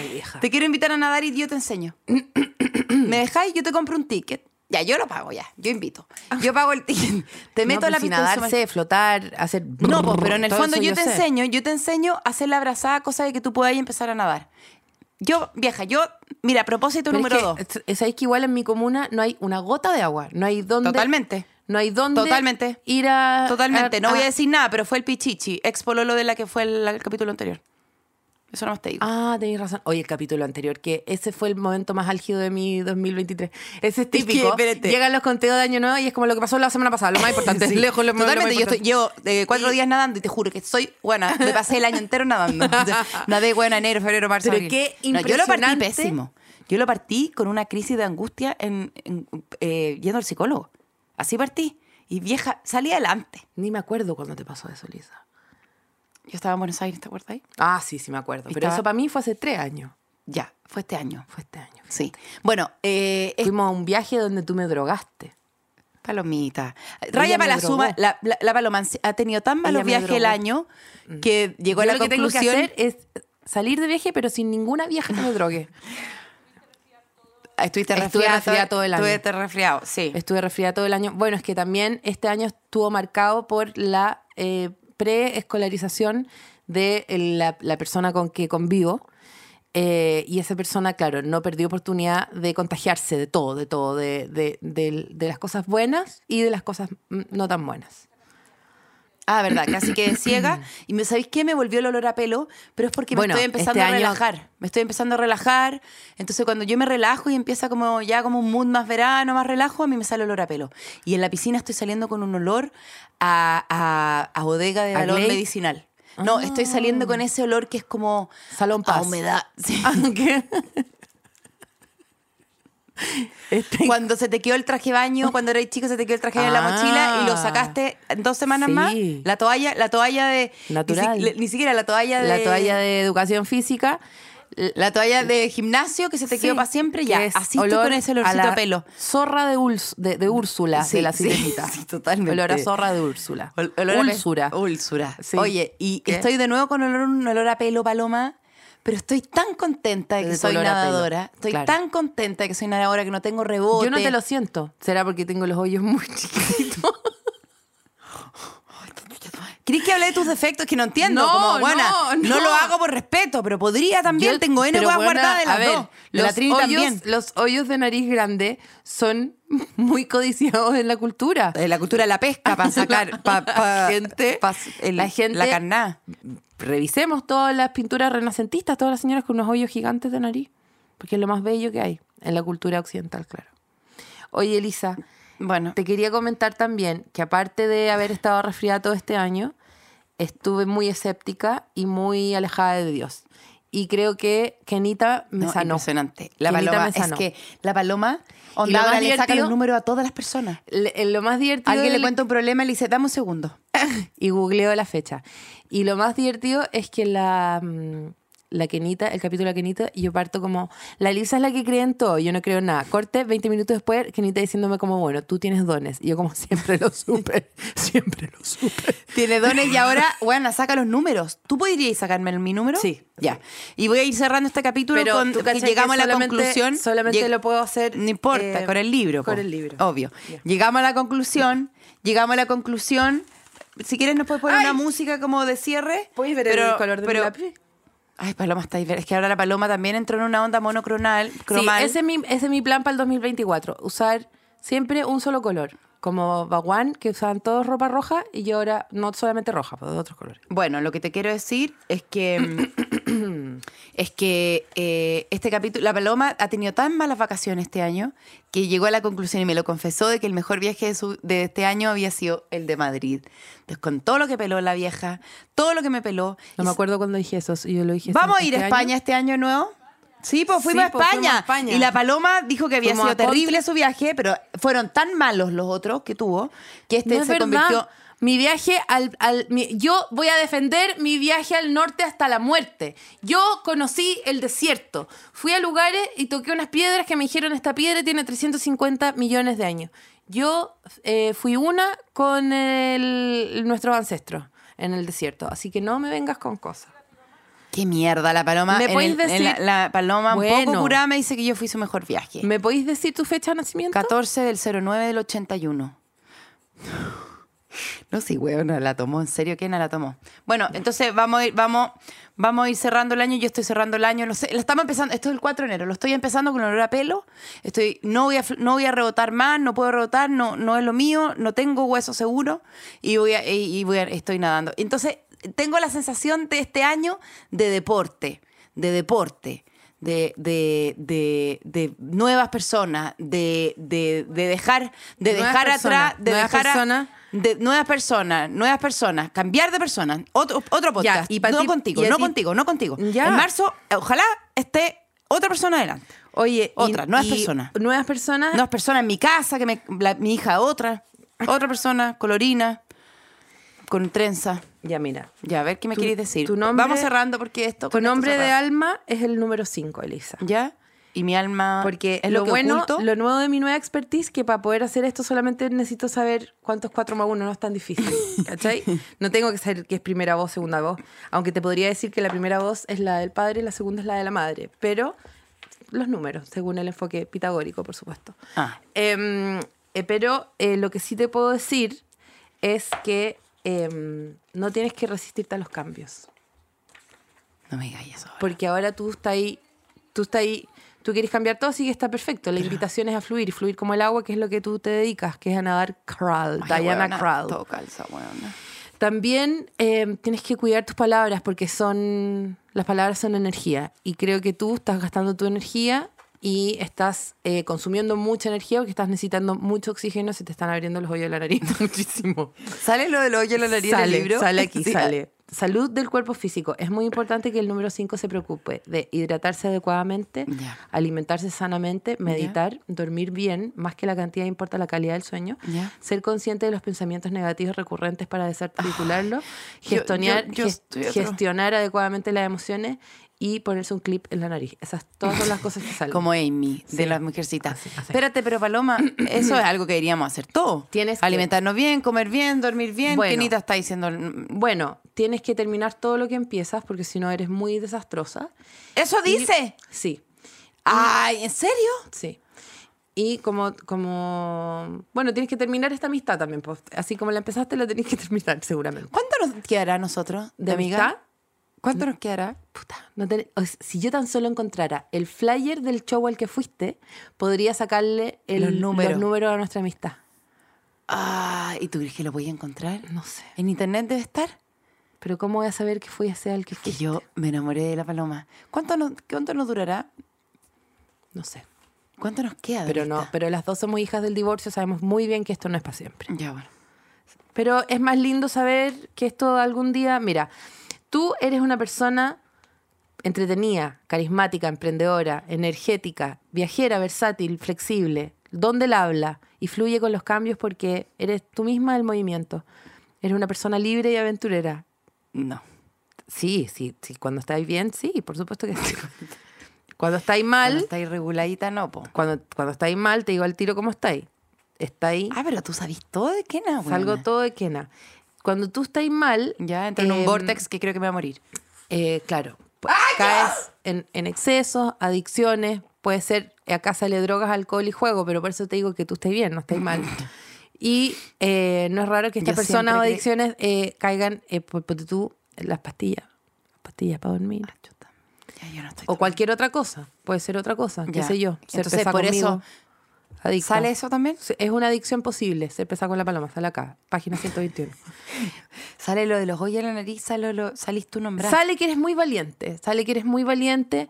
D: vieja.
B: te quiero invitar a nadar y yo te enseño. Me dejáis, yo te compro un ticket. Ya, yo lo pago ya, yo invito. Yo pago el ticket. Te meto
D: No,
B: a la
D: pero si
B: piscina.
D: nadarse, flotar, hacer...
B: No, po, pero en el
D: Todo
B: fondo
D: eso
B: yo te
D: sé.
B: enseño, yo te enseño a hacer la abrazada, cosa de que tú puedas empezar a nadar. Yo, vieja, yo, mira, propósito
D: Pero
B: número
D: es que,
B: dos.
D: es- es ahí que igual en mi comuna no hay una gota de agua. No hay dónde.
B: Totalmente.
D: No hay dónde.
B: Totalmente.
D: Ir a.
B: Totalmente,
D: a-
B: no voy a
D: a-
B: decir nada, pero fue el Pichichi, ex pololo de la que fue el, el capítulo anterior. Eso no te digo.
D: Ah, tenéis razón. Oye, el capítulo anterior, que ese fue el momento más álgido de mi 2023. Ese es típico.
B: espérate.
D: Llegan los conteos de Año Nuevo y es como lo que pasó la semana pasada, lo más importante.
B: Sí.
D: Lejos, lo más- lo más
B: Totalmente, yo estoy,
D: importante.
B: llevo eh, cuatro días nadando y te juro que soy, bueno, me pasé el año entero nadando. Nadé, bueno, enero, febrero, marzo,
D: Pero
B: abril.
D: qué
B: No, yo lo partí
D: impresionante.
B: pésimo. Yo lo partí con una crisis de angustia en, en, eh, yendo al psicólogo. Así partí. Y vieja, salí adelante.
D: Ni me acuerdo cuándo te pasó eso, Lisa.
B: Yo estaba en Buenos Aires, ¿te acuerdas ahí?
D: Ah, sí, sí me acuerdo. Pero
B: Estaba-
D: eso para mí fue hace tres años.
B: Ya, fue este año.
D: Fue este año.
B: Sí. Bueno, eh, es
D: Fuimos a un viaje donde tú me drogaste.
B: Palomita.
D: Ella
B: Raya
D: me
B: Palazuma,
D: drogó.
B: la, la, la Palomancia ha tenido tan malos
D: Ella me
B: viajes el
D: drogó. Mm.
B: año que llegó
D: Yo
B: a la
D: lo que tengo que
B: conclusión.
D: hacer es salir de viaje, pero sin ninguna vieja que me drogue.
B: Estuviste
D: Estuve
B: resfriado,
D: resfriada todo el año.
B: Estuviste resfriado, sí.
D: Estuve resfriada todo el año. Bueno, es que también este año estuvo marcado por la eh, preescolarización de la, la persona con que convivo. Eh, y esa persona, claro, no perdió oportunidad de contagiarse de todo, de todo, de, de- del- de las cosas buenas y de las cosas mm, no tan buenas.
B: Ah, verdad, casi quedé ciega. Y me, ¿sabéis qué? Me volvió el olor a pelo, pero es porque
D: Bueno,
B: me estoy empezando
D: este
B: a
D: año-
B: relajar. Me estoy empezando a relajar. Entonces, cuando yo me relajo y empieza como ya como un mood más verano, más relajo, a mí me sale olor a pelo. Y en la piscina estoy saliendo con un olor a, a- a bodega de
D: ¿A
B: valor
D: Glade? Ah.
B: medicinal. No, estoy saliendo con ese olor que es como
D: Salón
B: a
D: Paz. Ah,
B: humedad. Ah, Sí.
D: ¿Qué? Este-
B: Cuando se te quedó el traje de baño, cuando erais chico se te quedó el traje de baño en la
D: Ah.
B: mochila y lo sacaste en dos semanas
D: Sí.
B: más. La toalla, la toalla de ni si-
D: Natural.
B: le- Ni, siquiera la toalla de
D: La toalla de educación física. l-
B: la toalla de gimnasio que se te quedó
D: sí,
B: para siempre ya.
D: que es
B: Así estoy
D: olor
B: con ese olorcito a,
D: la
B: pelo.
D: Zorra de, Uls- de, de Úrsula,
B: Sí,
D: de la
B: sí,
D: sirenita.
B: sí, totalmente.
D: Olor a zorra de Úrsula.
B: Ol- olor a pe-
D: Úlsura.
B: Úlsura.
D: Sí.
B: Oye, y
D: ¿Qué?
B: estoy de nuevo con olor, un olor a pelo, Paloma. Pero estoy tan contenta de que
D: De tu
B: soy
D: olor a pelo,
B: nadadora. Estoy
D: claro.
B: tan contenta de que soy nadadora, que no tengo rebote.
D: Yo no te lo siento. Será porque tengo los hoyos muy chiquitos.
B: ¿Crees que hablé de tus defectos que no entiendo?
D: No,
B: como, buena,
D: no, no.
B: lo hago por respeto, pero podría también.
D: Yo-
B: tengo N
D: pero,
B: weas
D: buena,
B: guardadas de las
D: a ver,
B: dos. De
D: Los,
B: la Trini
D: hoyos,
B: también.
D: los hoyos de nariz grande son muy codiciados en la cultura.
B: Eh, La cultura de la pesca para sacar pa, pa-
D: Gente-
B: pa- el-
D: la gente-
B: la carná.
D: Revisemos todas las pinturas renacentistas, todas las señoras con unos hoyos gigantes de nariz, porque es lo más bello que hay en la cultura occidental, claro. Oye, Elisa,
B: Bueno,
D: te quería comentar también que aparte de haber estado resfriada todo este año, estuve muy escéptica y muy alejada de Dios. Y creo que Kenita me
B: no,
D: sanó.
B: impresionante. La
D: Kenita
B: paloma
D: me
B: es
D: sanó.
B: que la paloma
D: Y lo
B: onda
D: más
B: ahora le saca
D: divertido-
B: los números a todas las personas.
D: Le- en lo más divertido
B: Alguien le
D: del-
B: cuenta un problema y le dice, dame un segundo.
D: y googleo la fecha. Y lo más divertido es que la, mm, la Kenita, el capítulo de la Kenita, yo parto como, la Elisa es la que cree en todo, yo no creo en nada. Corte, 20 minutos después, Kenita diciéndome como, bueno, tú tienes dones. Y yo como, siempre lo supe, siempre lo supe.
B: Tiene dones y ahora, bueno, saca los números. ¿Tú podrías sacarme mi número?
D: Sí.
B: Ya. Y voy a ir cerrando este capítulo con
D: tú
B: que
D: cachai
B: llegamos
D: que
B: a la
D: solamente-
B: conclusión.
D: Solamente
B: lleg-
D: lo puedo hacer.
B: No importa,
D: eh,
B: con el libro.
D: Con
B: po. Oh.
D: el libro.
B: Obvio. Llegamos a la conclusión, llegamos a la conclusión. Si quieres nos puedes poner
D: Ay.
B: una música como de cierre.
D: ¿Puedes ver el color de mi
B: pero-
D: lápiz?
B: Ay, Paloma, está ahí. Es que ahora la Paloma también entró en una onda monocronal. cromal.
D: Sí, ese es, mi, ese es mi plan para el 2024. Usar siempre un solo color. Como Baguán, que usaban todos ropa roja, y yo ahora no solamente roja, pero de otros colores.
B: Bueno, lo que te quiero decir es que mm, es que eh, este capítulo, la paloma ha tenido tan malas vacaciones este año que llegó a la conclusión y me lo confesó de que el mejor viaje de, su- de este año había sido el de Madrid. Entonces, con todo lo que peló la vieja, todo lo que me peló,
D: No
B: y
D: me acuerdo cuando dije eso. si Yo lo dije.
B: Vamos a
D: este
B: ir a
D: año.
B: España este año de nuevo. Sí, pues fuimos,
D: Sí,
B: a
D: pues,
B: España.
D: fuimos a España.
B: Y la Paloma dijo que había
D: Fuimos
B: sido
D: a Ponte.
B: terrible su viaje, pero fueron tan malos los otros que tuvo que este
D: No es
B: se
D: verdad.
B: convirtió.
D: Mi viaje al. al- mi- yo voy a defender mi viaje al norte hasta la muerte. Yo conocí el desierto. Fui a lugares y toqué unas piedras que me dijeron: Esta piedra tiene 350 millones de años. Yo eh, fui una con el- nuestros ancestros en el desierto. Así que no me vengas con cosas.
B: Qué mierda, la Paloma.
D: ¿Me
B: en
D: podéis
B: el- en
D: decir?
B: la, la Paloma, un poco
D: Bueno.
B: curada, me dice que yo fui su mejor viaje.
D: ¿Me podéis decir tu fecha de nacimiento?
B: 14 del 09 del 81. No sé, weona, la tomó. ¿En serio quién la tomó? Bueno, entonces vamos a ir, vamos, vamos a ir cerrando el año. Yo estoy cerrando el año. No sé, lo estamos empezando. Esto es el 4 de enero. Lo estoy empezando con olor a pelo. Estoy, no voy a, fl- no voy a rebotar más, no puedo rebotar, no, no es lo mío, no tengo hueso seguro y voy a- y- y voy a- estoy nadando. Entonces, tengo la sensación de este año de deporte, de deporte de, de, de, de nuevas personas, de, de, de dejar, de
D: Nuevas
B: dejar
D: personas,
B: atrás, de
D: nuevas
B: dejar a-
D: personas.
B: de nuevas personas, nuevas personas, cambiar de personas. Otro, otro podcast.
D: y pa'
B: no
D: ti-
B: contigo,
D: y a
B: no
D: ti-
B: contigo, no contigo.
D: Ya.
B: En marzo, ojalá esté otra persona adelante.
D: Oye, y-
B: Otra, nuevas
D: y-
B: personas.
D: Nuevas personas.
B: Nuevas personas en mi casa, que me, la- mi hija otra, otra persona, colorina, con trenza.
D: Ya, mira.
B: Ya, a ver qué me
D: Tu-
B: quieres decir.
D: tu nombre-
B: Vamos cerrando porque esto.
D: Tu
B: con esto
D: nombre de
B: cerramos.
D: alma es el número 5, Elisa.
B: ¿Ya? Y mi alma.
D: Porque
B: Ah, es
D: lo,
B: lo, que
D: bueno,
B: oculto?
D: lo nuevo de mi nueva expertise, que para poder hacer esto solamente necesito saber cuántos 4 más 1 no es tan difícil. ¿Cachai? No tengo que saber qué es primera voz, segunda voz. Aunque te podría decir que la primera voz es la del padre y la segunda es la de la madre. Pero los números, según el enfoque pitagórico, por supuesto.
B: Ah.
D: Em, eh, pero eh, lo que sí te puedo decir es que em, no tienes que resistirte a los cambios.
B: No me digas eso.
D: Porque ahora tú estás ahí, tú estás ahí, tú quieres cambiar todo, sí que está perfecto. La invitación es a fluir, y fluir como el agua, que es lo que tú te dedicas, que es a nadar crawl,
B: Ay,
D: Diana
B: weona,
D: Crawl.
B: Todo calza, weona.
D: También eh, tienes que cuidar tus palabras porque son. Las palabras son energía. Y creo que tú estás gastando tu energía y estás eh, consumiendo mucha energía porque estás necesitando mucho oxígeno se te están abriendo los hoyos de la nariz muchísimo.
B: ¿Sale lo del hoyo en la nariz del
D: Sale,
B: libro?
D: Sale aquí,
B: Sí.
D: sale. Salud del cuerpo físico. Es muy importante que el número 5 se preocupe de hidratarse adecuadamente,
B: Ya.
D: alimentarse sanamente, meditar, dormir bien, más que la cantidad importa la calidad del sueño,
B: Ya.
D: ser consciente de los pensamientos negativos recurrentes para desarticularlos,
B: Ah, yo-
D: gestionar,
B: yo
D: ges-
B: estoy atrás.
D: gestionar adecuadamente las emociones y ponerse un clip en la nariz. Esas todas son las cosas que salen.
B: Como Amy, de
D: Sí.
B: las mujercitas.
D: Así, así.
B: Espérate, pero Paloma, eso es algo que deberíamos hacer todos.
D: Tienes que-
B: Alimentarnos bien, comer bien, dormir bien.
D: Bueno.
B: ¿Qué Nita está diciendo?
D: Bueno, tienes que terminar todo lo que empiezas porque si no eres muy desastrosa.
B: ¿Eso dice?
D: Sí,
B: Ay, ¿en serio?
D: Sí. Y como, como, bueno, tienes que terminar esta amistad también. pues. Así como la empezaste, la tenés que terminar, seguramente.
B: ¿Cuánto nos quedará a nosotros?
D: ¿De amistad?
B: ¿Cuánto nos quedará?
D: Puta, no ten- o sea, si yo tan solo encontrara el flyer del show al que fuiste, podría sacarle el-
B: Los números.
D: a nuestra amistad.
B: Ah, ¿y tú crees que lo voy a encontrar?
D: No sé.
B: ¿En internet debe estar?
D: Pero ¿cómo voy a saber que fui ese al que fui?
B: Que yo me enamoré de la paloma. ¿Cuánto nos, cuánto nos durará?
D: No sé.
B: ¿Cuánto nos queda? de
D: Pero no,
B: esta?
D: pero las dos somos hijas del divorcio, sabemos muy bien que esto no es para siempre.
B: Ya, bueno.
D: Pero es más lindo saber que esto algún día. Mira, tú eres una persona entretenida, carismática, emprendedora, energética, viajera, versátil, flexible, donde el habla y fluye con los cambios porque eres tú misma el movimiento. Eres una persona libre y aventurera.
B: No.
D: Sí, sí, sí. Cuando estáis bien, sí, por supuesto que sí. Cuando estáis mal,
B: Cuando está irreguladita, no, po.
D: cuando, cuando estáis mal, te digo al tiro cómo estáis. Estáis,
B: Ah, pero tú sabes todo de qué nada,
D: salgo todo de quena. Cuando tú estáis mal,
B: Ya, entro en un
D: em,
B: vortex que creo que me va a morir.
D: Eh, claro. Caes en, en excesos, adicciones, puede ser, acá sale drogas, alcohol y juego, pero por eso te digo que tú estés bien, no estés mal. Y eh, no es raro que estas
B: Yo siempre
D: personas o
B: cre-
D: adicciones eh, caigan, eh, por, por tú, en las pastillas, las pastillas para dormir.
B: Ah, Ya, yo no estoy
D: O cualquier otra cosa, puede ser otra cosa, qué
B: Ya.
D: sé yo. ser
B: Entonces,
D: pesa
B: por eso,
D: adicta.
B: ¿Sale eso también?
D: Sí, Es una adicción posible, se pesa con la paloma, sale acá, página 121.
B: Sale lo de los hoyos en la nariz, sale lo, salís tú nombrada.
D: Sale que eres muy valiente, sale que eres muy valiente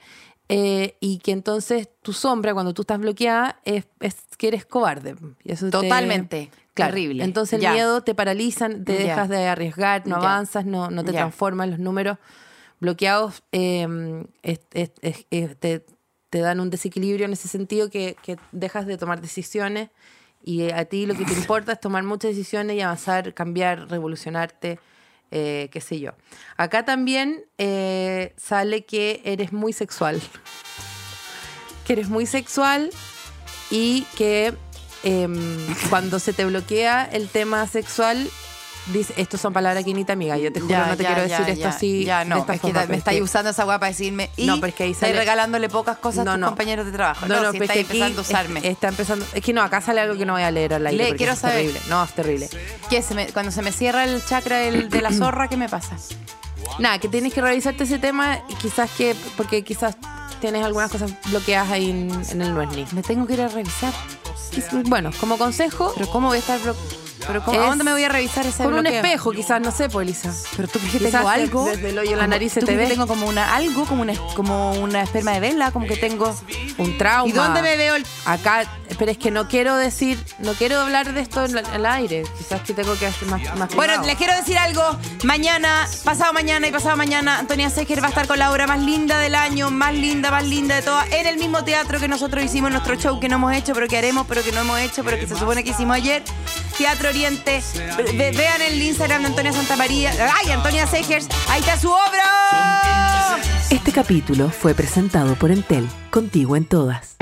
D: eh, y que entonces tu sombra cuando tú estás bloqueada es, es que eres cobarde. Y eso te-
B: Totalmente. Terrible.
D: Entonces el
B: Ya.
D: miedo te paraliza, te
B: Ya.
D: dejas de arriesgar, no
B: Ya.
D: avanzas, no, no te
B: Ya.
D: transforman los números bloqueados, eh, es- es- es- es- te, te dan un desequilibrio en ese sentido que, que dejas de tomar decisiones y eh, a ti lo que te importa es tomar muchas decisiones y avanzar, cambiar, revolucionarte, eh, qué sé yo. Acá también eh, sale que eres muy sexual, que eres muy sexual y que em, cuando se te bloquea el tema sexual, dice, estos son palabras que ni te amiga, yo te juro, no te quiero decir esto
B: ya,
D: así.
B: Ya,
D: de
B: no.
D: esta
B: es que
D: forma,
B: ta-
D: pero
B: me
D: es
B: estáis
D: que-
B: usando esa guapa para decirme. Y
D: No, pero es que ahí
B: estáis
D: sale-
B: regalándole pocas cosas a
D: No,
B: tus
D: no.
B: compañeros de trabajo.
D: No, no,
B: si
D: pero es
B: estáis
D: que aquí
B: empezando a usarme.
D: es- está empezando. Es que no, acá sale algo que no voy a leer al aire.
B: Lee,
D: porque
B: quiero
D: es
B: saber.
D: terrible. No, es terrible.
B: ¿Qué? Se me- cuando se me cierra el chakra el de la zorra, ¿qué me pasa?
D: Nada, que tienes que revisarte ese tema, y quizás que, porque quizás tienes algunas cosas bloqueadas ahí en, en el Nuesni.
B: Me tengo que ir a revisar.
D: Bueno, como consejo,
B: Pero ¿cómo voy a estar blo- pero cómo- ¿A
D: Es-
B: dónde me voy a revisar ese
D: con un
B: bloqueo?
D: espejo, quizás, no sé, Polisa.
B: Pero tú crees que
D: Quizás
B: tengo
D: de-
B: algo.
D: desde el hoyo en la
B: Como-
D: nariz se
B: ¿tú
D: te
B: crees que
D: ve?
B: tengo como una algo, como una, como una esperma de vela, como que tengo.
D: Un trauma.
B: ¿Y dónde me veo el-
D: Acá, pero es que no quiero decir, no quiero hablar de esto en la- al aire. Quizás que tengo que hacer más. más
B: Bueno,
D: privado.
B: les quiero decir algo. Mañana, pasado mañana y pasado mañana, Antonia Seger va a estar con la obra más linda del año, más linda, más linda de todas, en el mismo teatro que nosotros hicimos en nuestro show que no hemos hecho, pero que haremos, pero que no hemos hecho, pero que se supone que hicimos ayer. Teatro Oriente. Ve- vean el Instagram de Antonia Santa María. ¡Ay, Antonia Segers! ¡Ahí está su obra!
A: Este capítulo fue presentado por Entel, contigo en todas.